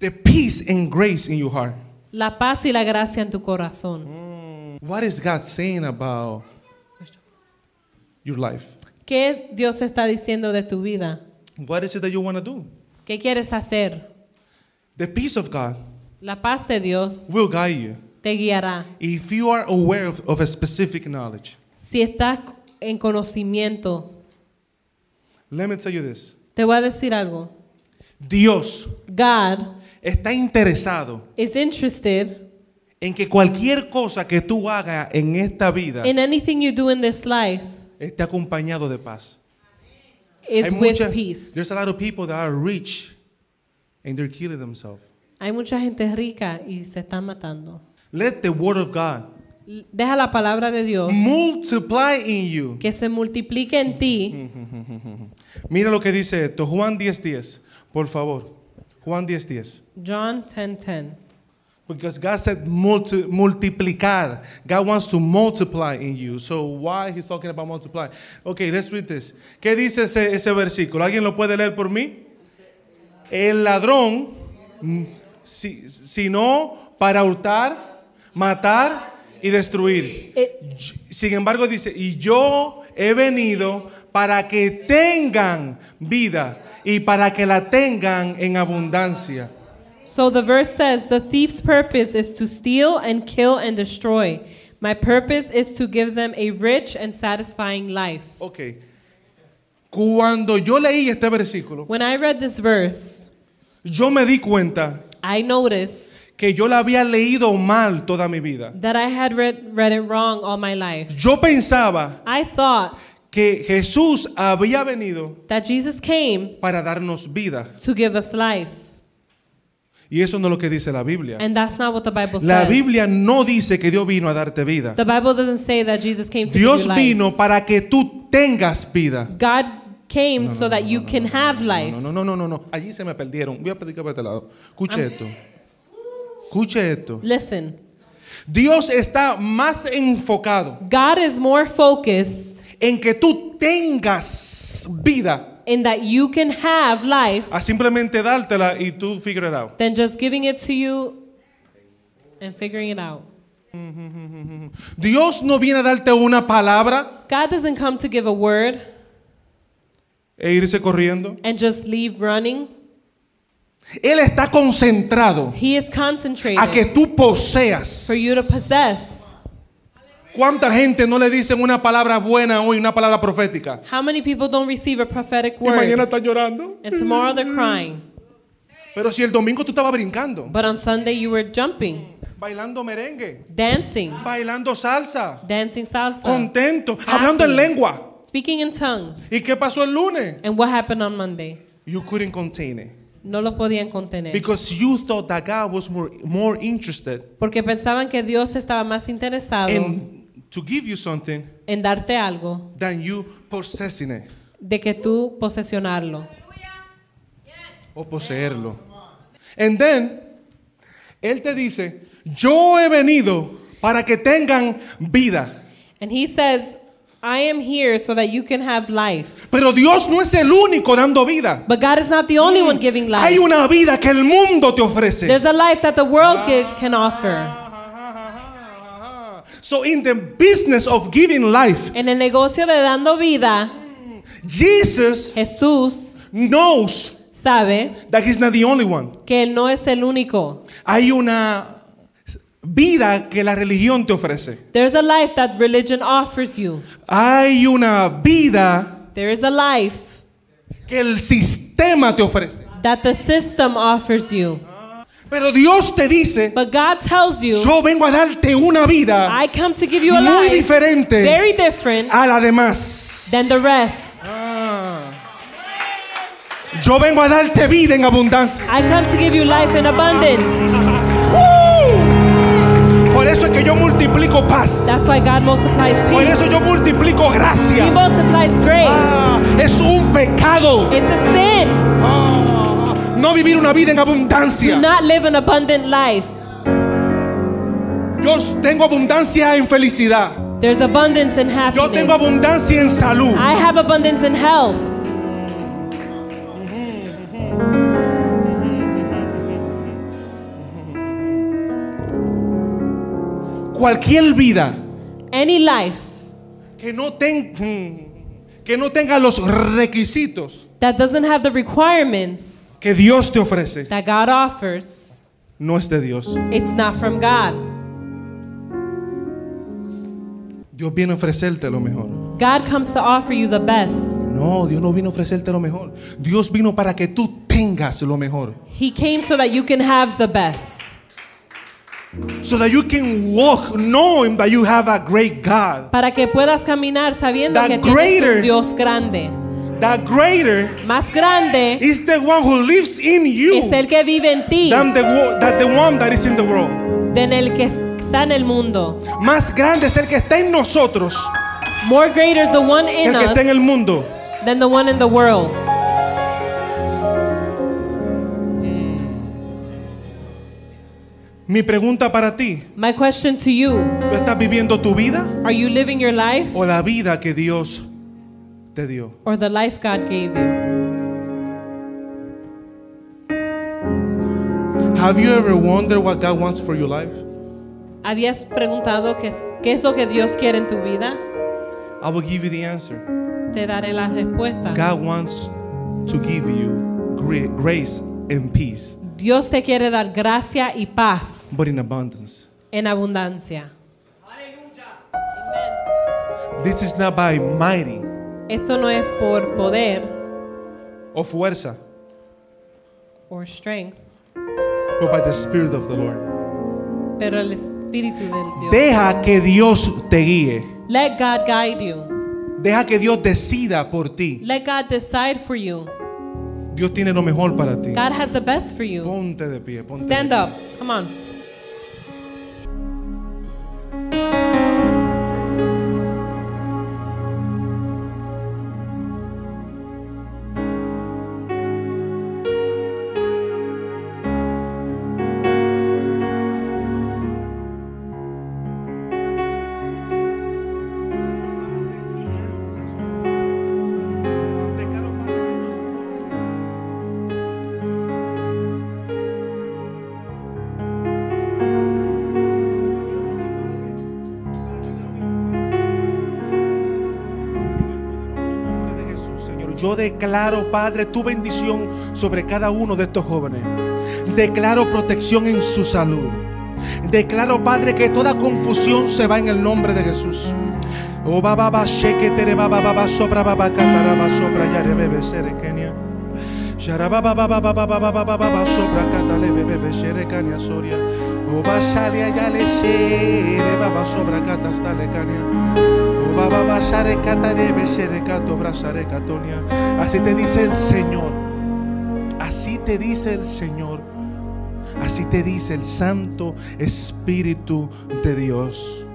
[SPEAKER 3] the peace and grace in your heart.
[SPEAKER 1] la paz y la gracia en tu corazón.
[SPEAKER 3] What is God saying about your life?
[SPEAKER 1] ¿Qué Dios está diciendo de tu vida?
[SPEAKER 3] What is it that you want to do?
[SPEAKER 1] ¿Qué quieres hacer?
[SPEAKER 3] The peace of God
[SPEAKER 1] La paz de Dios
[SPEAKER 3] will guide you
[SPEAKER 1] te guiará.
[SPEAKER 3] if you are aware of, of a specific knowledge.
[SPEAKER 1] Si estás en conocimiento,
[SPEAKER 3] Let me tell you this.
[SPEAKER 1] Te voy a decir algo.
[SPEAKER 3] Dios
[SPEAKER 1] God
[SPEAKER 3] está interesado
[SPEAKER 1] is interested
[SPEAKER 3] en que cualquier cosa que tú hagas en esta vida
[SPEAKER 1] in anything you do in this life
[SPEAKER 3] esté acompañado de paz.
[SPEAKER 1] is
[SPEAKER 3] Hay
[SPEAKER 1] with
[SPEAKER 3] mucha-
[SPEAKER 1] peace.
[SPEAKER 3] There's a lot of people that are rich and they're killing themselves.
[SPEAKER 1] Hay mucha gente rica y se están matando.
[SPEAKER 3] Let the word of God
[SPEAKER 1] L- Deja la palabra de Dios
[SPEAKER 3] multiply in you.
[SPEAKER 1] que se multiplique en
[SPEAKER 3] Mm.
[SPEAKER 1] ti.
[SPEAKER 3] Mira lo que dice esto, Juan 10:10. por favor. Juan 10:10.
[SPEAKER 1] John 10:10.
[SPEAKER 3] Because God said multi- multiplicar. God wants to multiply in you. So why he's talking about multiply? Okay, let's read this. ¿Qué dice ese, ese versículo? ¿Alguien lo puede leer por mí? El ladrón, mm, si, si no para hurtar, matar y destruir.
[SPEAKER 1] Eh,
[SPEAKER 3] Sin embargo dice, y yo he venido para que tengan vida y para que la tengan en abundancia.
[SPEAKER 1] So the verse says, The thief's purpose is to steal and kill and destroy. My purpose is to give them a rich and satisfying life.
[SPEAKER 3] Ok. Cuando yo leí este versículo,
[SPEAKER 1] When I read this verse,
[SPEAKER 3] yo me di cuenta
[SPEAKER 1] I noticed
[SPEAKER 3] que yo la había leído mal toda mi vida.
[SPEAKER 1] that I had read, read it wrong all my life.
[SPEAKER 3] Yo pensaba
[SPEAKER 1] I thought
[SPEAKER 3] que Jesús había venido
[SPEAKER 1] that Jesus came
[SPEAKER 3] para darnos vida.
[SPEAKER 1] to give us life.
[SPEAKER 3] Y eso no es lo que dice la Biblia.
[SPEAKER 1] And that's not what the Bible
[SPEAKER 3] La
[SPEAKER 1] says.
[SPEAKER 3] Biblia no dice que Dios vino a darte vida.
[SPEAKER 1] the Bible doesn't say that Jesus came to give
[SPEAKER 3] Dios
[SPEAKER 1] you life.
[SPEAKER 3] vino para que tú tengas vida.
[SPEAKER 1] God came so that you can have life.
[SPEAKER 3] No, no, no, no, no, no. Allí se me perdieron. Voy a predicar para este lado. Escuche esto. Escuche esto.
[SPEAKER 1] Listen,
[SPEAKER 3] Dios está más enfocado
[SPEAKER 1] God is more focused
[SPEAKER 3] en que tú tengas vida
[SPEAKER 1] in that you can have life
[SPEAKER 3] a simplemente dártela y tú figure it out.
[SPEAKER 1] than just giving it to you and figuring it out.
[SPEAKER 3] Dios no viene a darte una palabra
[SPEAKER 1] God doesn't come to give a word
[SPEAKER 3] e irse corriendo.
[SPEAKER 1] and just leave running.
[SPEAKER 3] Él está concentrado
[SPEAKER 1] He is concentrated
[SPEAKER 3] a que tú poseas.
[SPEAKER 1] for you to possess.
[SPEAKER 3] ¿Cuánta gente no le dicen una palabra buena hoy, una palabra profética?
[SPEAKER 1] How many people don't receive a prophetic
[SPEAKER 3] Y mañana
[SPEAKER 1] word
[SPEAKER 3] están llorando.
[SPEAKER 1] and tomorrow they're crying,
[SPEAKER 3] Pero si el domingo tú estabas brincando,
[SPEAKER 1] but on Sunday you were jumping,
[SPEAKER 3] bailando merengue,
[SPEAKER 1] dancing,
[SPEAKER 3] bailando salsa,
[SPEAKER 1] dancing salsa,
[SPEAKER 3] contento, hablando en lengua.
[SPEAKER 1] speaking in tongues.
[SPEAKER 3] ¿Y qué pasó el lunes?
[SPEAKER 1] And what happened on Monday?
[SPEAKER 3] You couldn't contain it.
[SPEAKER 1] No lo podían contener.
[SPEAKER 3] Because you thought that God was more, more interested
[SPEAKER 1] Porque pensaban que Dios estaba más interesado
[SPEAKER 3] in to give you something
[SPEAKER 1] en darte algo
[SPEAKER 3] than you possessing it
[SPEAKER 1] de que tú posesionarlo.
[SPEAKER 3] o poseerlo. And then él te dice, "Yo he venido para que tengan vida."
[SPEAKER 1] And he says, I am here so that you can have life.
[SPEAKER 3] Pero Dios no es el único dando vida.
[SPEAKER 1] But God is not the only one giving
[SPEAKER 3] Hay
[SPEAKER 1] life.
[SPEAKER 3] una vida que el mundo te ofrece.
[SPEAKER 1] There's a life that the world ca- can offer.
[SPEAKER 3] So in the business of giving life,
[SPEAKER 1] En el negocio de dando vida,
[SPEAKER 3] Jesus
[SPEAKER 1] Jesús
[SPEAKER 3] knows
[SPEAKER 1] sabe
[SPEAKER 3] that he's not the only one.
[SPEAKER 1] que Él no es el único.
[SPEAKER 3] Hay una vida que la religión te ofrece.
[SPEAKER 1] There's a life that religion offers you.
[SPEAKER 3] Hay una vida
[SPEAKER 1] There is a life
[SPEAKER 3] que el sistema te ofrece.
[SPEAKER 1] that the system offers you.
[SPEAKER 3] Pero Dios te dice,
[SPEAKER 1] But God tells you,
[SPEAKER 3] yo vengo a darte una vida
[SPEAKER 1] I come to give you a
[SPEAKER 3] muy
[SPEAKER 1] life
[SPEAKER 3] diferente Ah.
[SPEAKER 1] very different
[SPEAKER 3] a la demás.
[SPEAKER 1] than the rest.
[SPEAKER 3] Ah. Yo vengo a darte vida en abundancia.
[SPEAKER 1] I come to give you life in abundance.
[SPEAKER 3] ¡Uh! Por eso es que yo multiplico paz.
[SPEAKER 1] That's why God multiplies
[SPEAKER 3] Por
[SPEAKER 1] peace.
[SPEAKER 3] eso yo multiplico
[SPEAKER 1] He
[SPEAKER 3] gracia.
[SPEAKER 1] multiplies grace.
[SPEAKER 3] Ah, es un pecado.
[SPEAKER 1] It's a sin
[SPEAKER 3] Ah, no vivir una vida en abundancia.
[SPEAKER 1] to not live an abundant life.
[SPEAKER 3] Yo tengo abundancia en felicidad.
[SPEAKER 1] There's abundance in
[SPEAKER 3] Yo
[SPEAKER 1] happiness.
[SPEAKER 3] tengo abundancia en salud.
[SPEAKER 1] I have abundance in health.
[SPEAKER 3] Cualquier vida
[SPEAKER 1] Any life
[SPEAKER 3] que no, ten- que no tenga los requisitos
[SPEAKER 1] that doesn't have the requirements
[SPEAKER 3] que Dios te ofrece
[SPEAKER 1] that God offers,
[SPEAKER 3] no es de Dios.
[SPEAKER 1] it's not from God.
[SPEAKER 3] Dios viene a ofrecerte lo mejor.
[SPEAKER 1] God comes to offer you the best,
[SPEAKER 3] No, Dios no vino a ofrecerte lo mejor. Dios vino para que tú tengas lo mejor.
[SPEAKER 1] He came so that you can have the best.
[SPEAKER 3] So that you can walk knowing that you have a great God.
[SPEAKER 1] Para que puedas caminar sabiendo
[SPEAKER 3] That
[SPEAKER 1] que tienes
[SPEAKER 3] greater-
[SPEAKER 1] un Dios grande.
[SPEAKER 3] That greater
[SPEAKER 1] Más grande
[SPEAKER 3] is the one who lives in you
[SPEAKER 1] es el que vive en ti
[SPEAKER 3] than the, wo- that the one that is in the world.
[SPEAKER 1] de en el que está en el mundo.
[SPEAKER 3] Más grande es el que está en nosotros
[SPEAKER 1] More greater is the one
[SPEAKER 3] que
[SPEAKER 1] in
[SPEAKER 3] el que está
[SPEAKER 1] us
[SPEAKER 3] en el mundo.
[SPEAKER 1] than the one in the world.
[SPEAKER 3] Mi pregunta para ti,
[SPEAKER 1] My question to you,
[SPEAKER 3] ¿tú estás viviendo tu vida
[SPEAKER 1] are you living your life
[SPEAKER 3] o la vida que Dios te dio?
[SPEAKER 1] or the life God gave you?
[SPEAKER 3] Have you ever wondered what God wants for your life?
[SPEAKER 1] ¿Habías preguntado qué es, qué es lo que Dios quiere en tu vida?
[SPEAKER 3] I will give you the answer.
[SPEAKER 1] Te daré la respuesta.
[SPEAKER 3] God wants to give you gra- grace and peace,
[SPEAKER 1] Dios te quiere dar gracia y paz
[SPEAKER 3] but in abundance.
[SPEAKER 1] en abundancia.
[SPEAKER 3] This is not by mighty
[SPEAKER 1] Esto no es por poder
[SPEAKER 3] o fuerza,
[SPEAKER 1] or strength,
[SPEAKER 3] but by the Spirit of the Lord.
[SPEAKER 1] pero el espíritu del Dios.
[SPEAKER 3] Deja que Dios te guíe.
[SPEAKER 1] Let God guide you.
[SPEAKER 3] Deja que Dios decida por ti.
[SPEAKER 1] Let God decide for you.
[SPEAKER 3] Dios tiene lo mejor para ti.
[SPEAKER 1] God has the best for you.
[SPEAKER 3] Ponte de pie, ponte de
[SPEAKER 1] Stand
[SPEAKER 3] pie.
[SPEAKER 1] up. Come on.
[SPEAKER 3] nombre de Jesús, Señor. Yo declaro, Padre, tu bendición sobre cada uno de estos jóvenes. Declaro protección en su salud. Declaro, Padre, que toda confusión se va en el nombre de Jesús. Oh, ba, ba, ba, sheke, tere, ba, ba, ba, ba, sopra, ba, ba, catara, ba, sopra, yare, bebe, sere, Kenia. Shara, ba, ba, ba, ba, ba, ba, ba, ba, ba, ba, ba, ba, sopra, catale, bebe, be, sere, Kenia, soria. Oh, ba, shale, ayale, shere, ba, ba, sopra, catastale, Kenia. Así te dice el Señor. Así te dice el Señor. Así te dice el Santo Espíritu de Dios.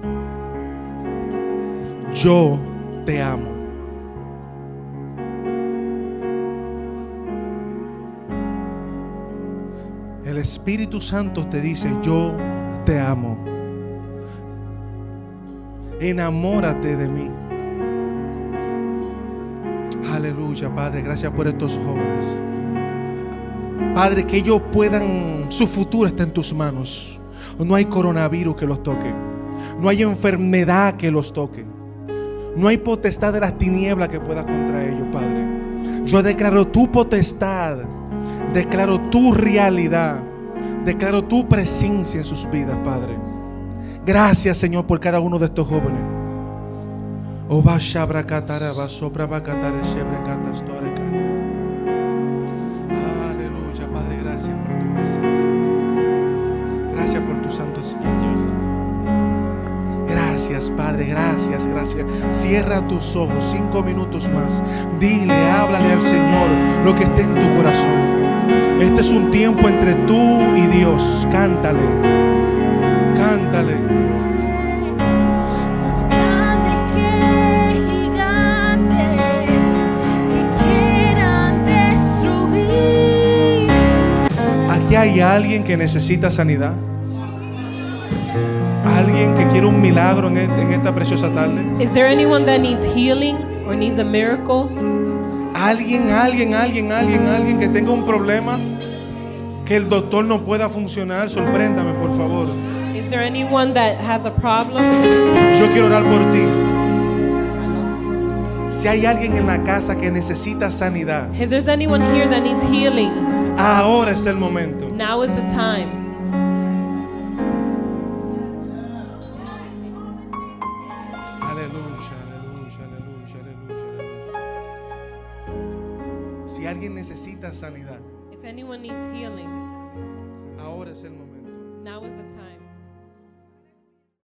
[SPEAKER 3] Yo te amo. El Espíritu Santo te dice, yo te amo enamórate de mí. Aleluya, Padre, gracias por estos jóvenes. Padre, que ellos puedan, su futuro está en tus manos. No hay coronavirus que los toque. No hay enfermedad que los toque. No hay potestad de las tinieblas que pueda contra ellos, Padre. Yo declaro tu potestad. Declaro tu realidad. Declaro tu presencia en sus vidas, Padre. Gracias, Señor, por cada uno de estos jóvenes. Oba shabra katara, ba sopra ba katare, shebre katas tore kaya. Aleluya, Padre, gracias por tu presencia. Gracias por tu Santo Espíritu. Gracias, Padre, gracias, gracias. Cierra tus ojos cinco minutos más. Dile, háblale al Señor lo que esté en tu corazón. Este es un tiempo entre tú y Dios. Cántale. Cántale.
[SPEAKER 4] Más grande que gigantes que quieran destruir.
[SPEAKER 3] Aquí hay alguien que necesita sanidad. Alguien que quiere un milagro en, este- en esta preciosa tarde.
[SPEAKER 1] Is there anyone that needs healing or needs a miracle?
[SPEAKER 3] Alguien, alguien, alguien, alguien, alguien que tenga un problema que el doctor no pueda funcionar. Sorpréndame, por favor.
[SPEAKER 1] Is there anyone that has a problem?
[SPEAKER 3] Yo quiero orar por ti. Si hay alguien en la casa que necesita sanidad,
[SPEAKER 1] If there's anyone here that needs healing,
[SPEAKER 3] ahora es el momento.
[SPEAKER 1] now is the time.
[SPEAKER 3] Aleluya, aleluya, aleluya, aleluya, aleluya. Si alguien necesita sanidad,
[SPEAKER 1] If anyone needs healing,
[SPEAKER 3] ahora es el momento.
[SPEAKER 1] now is the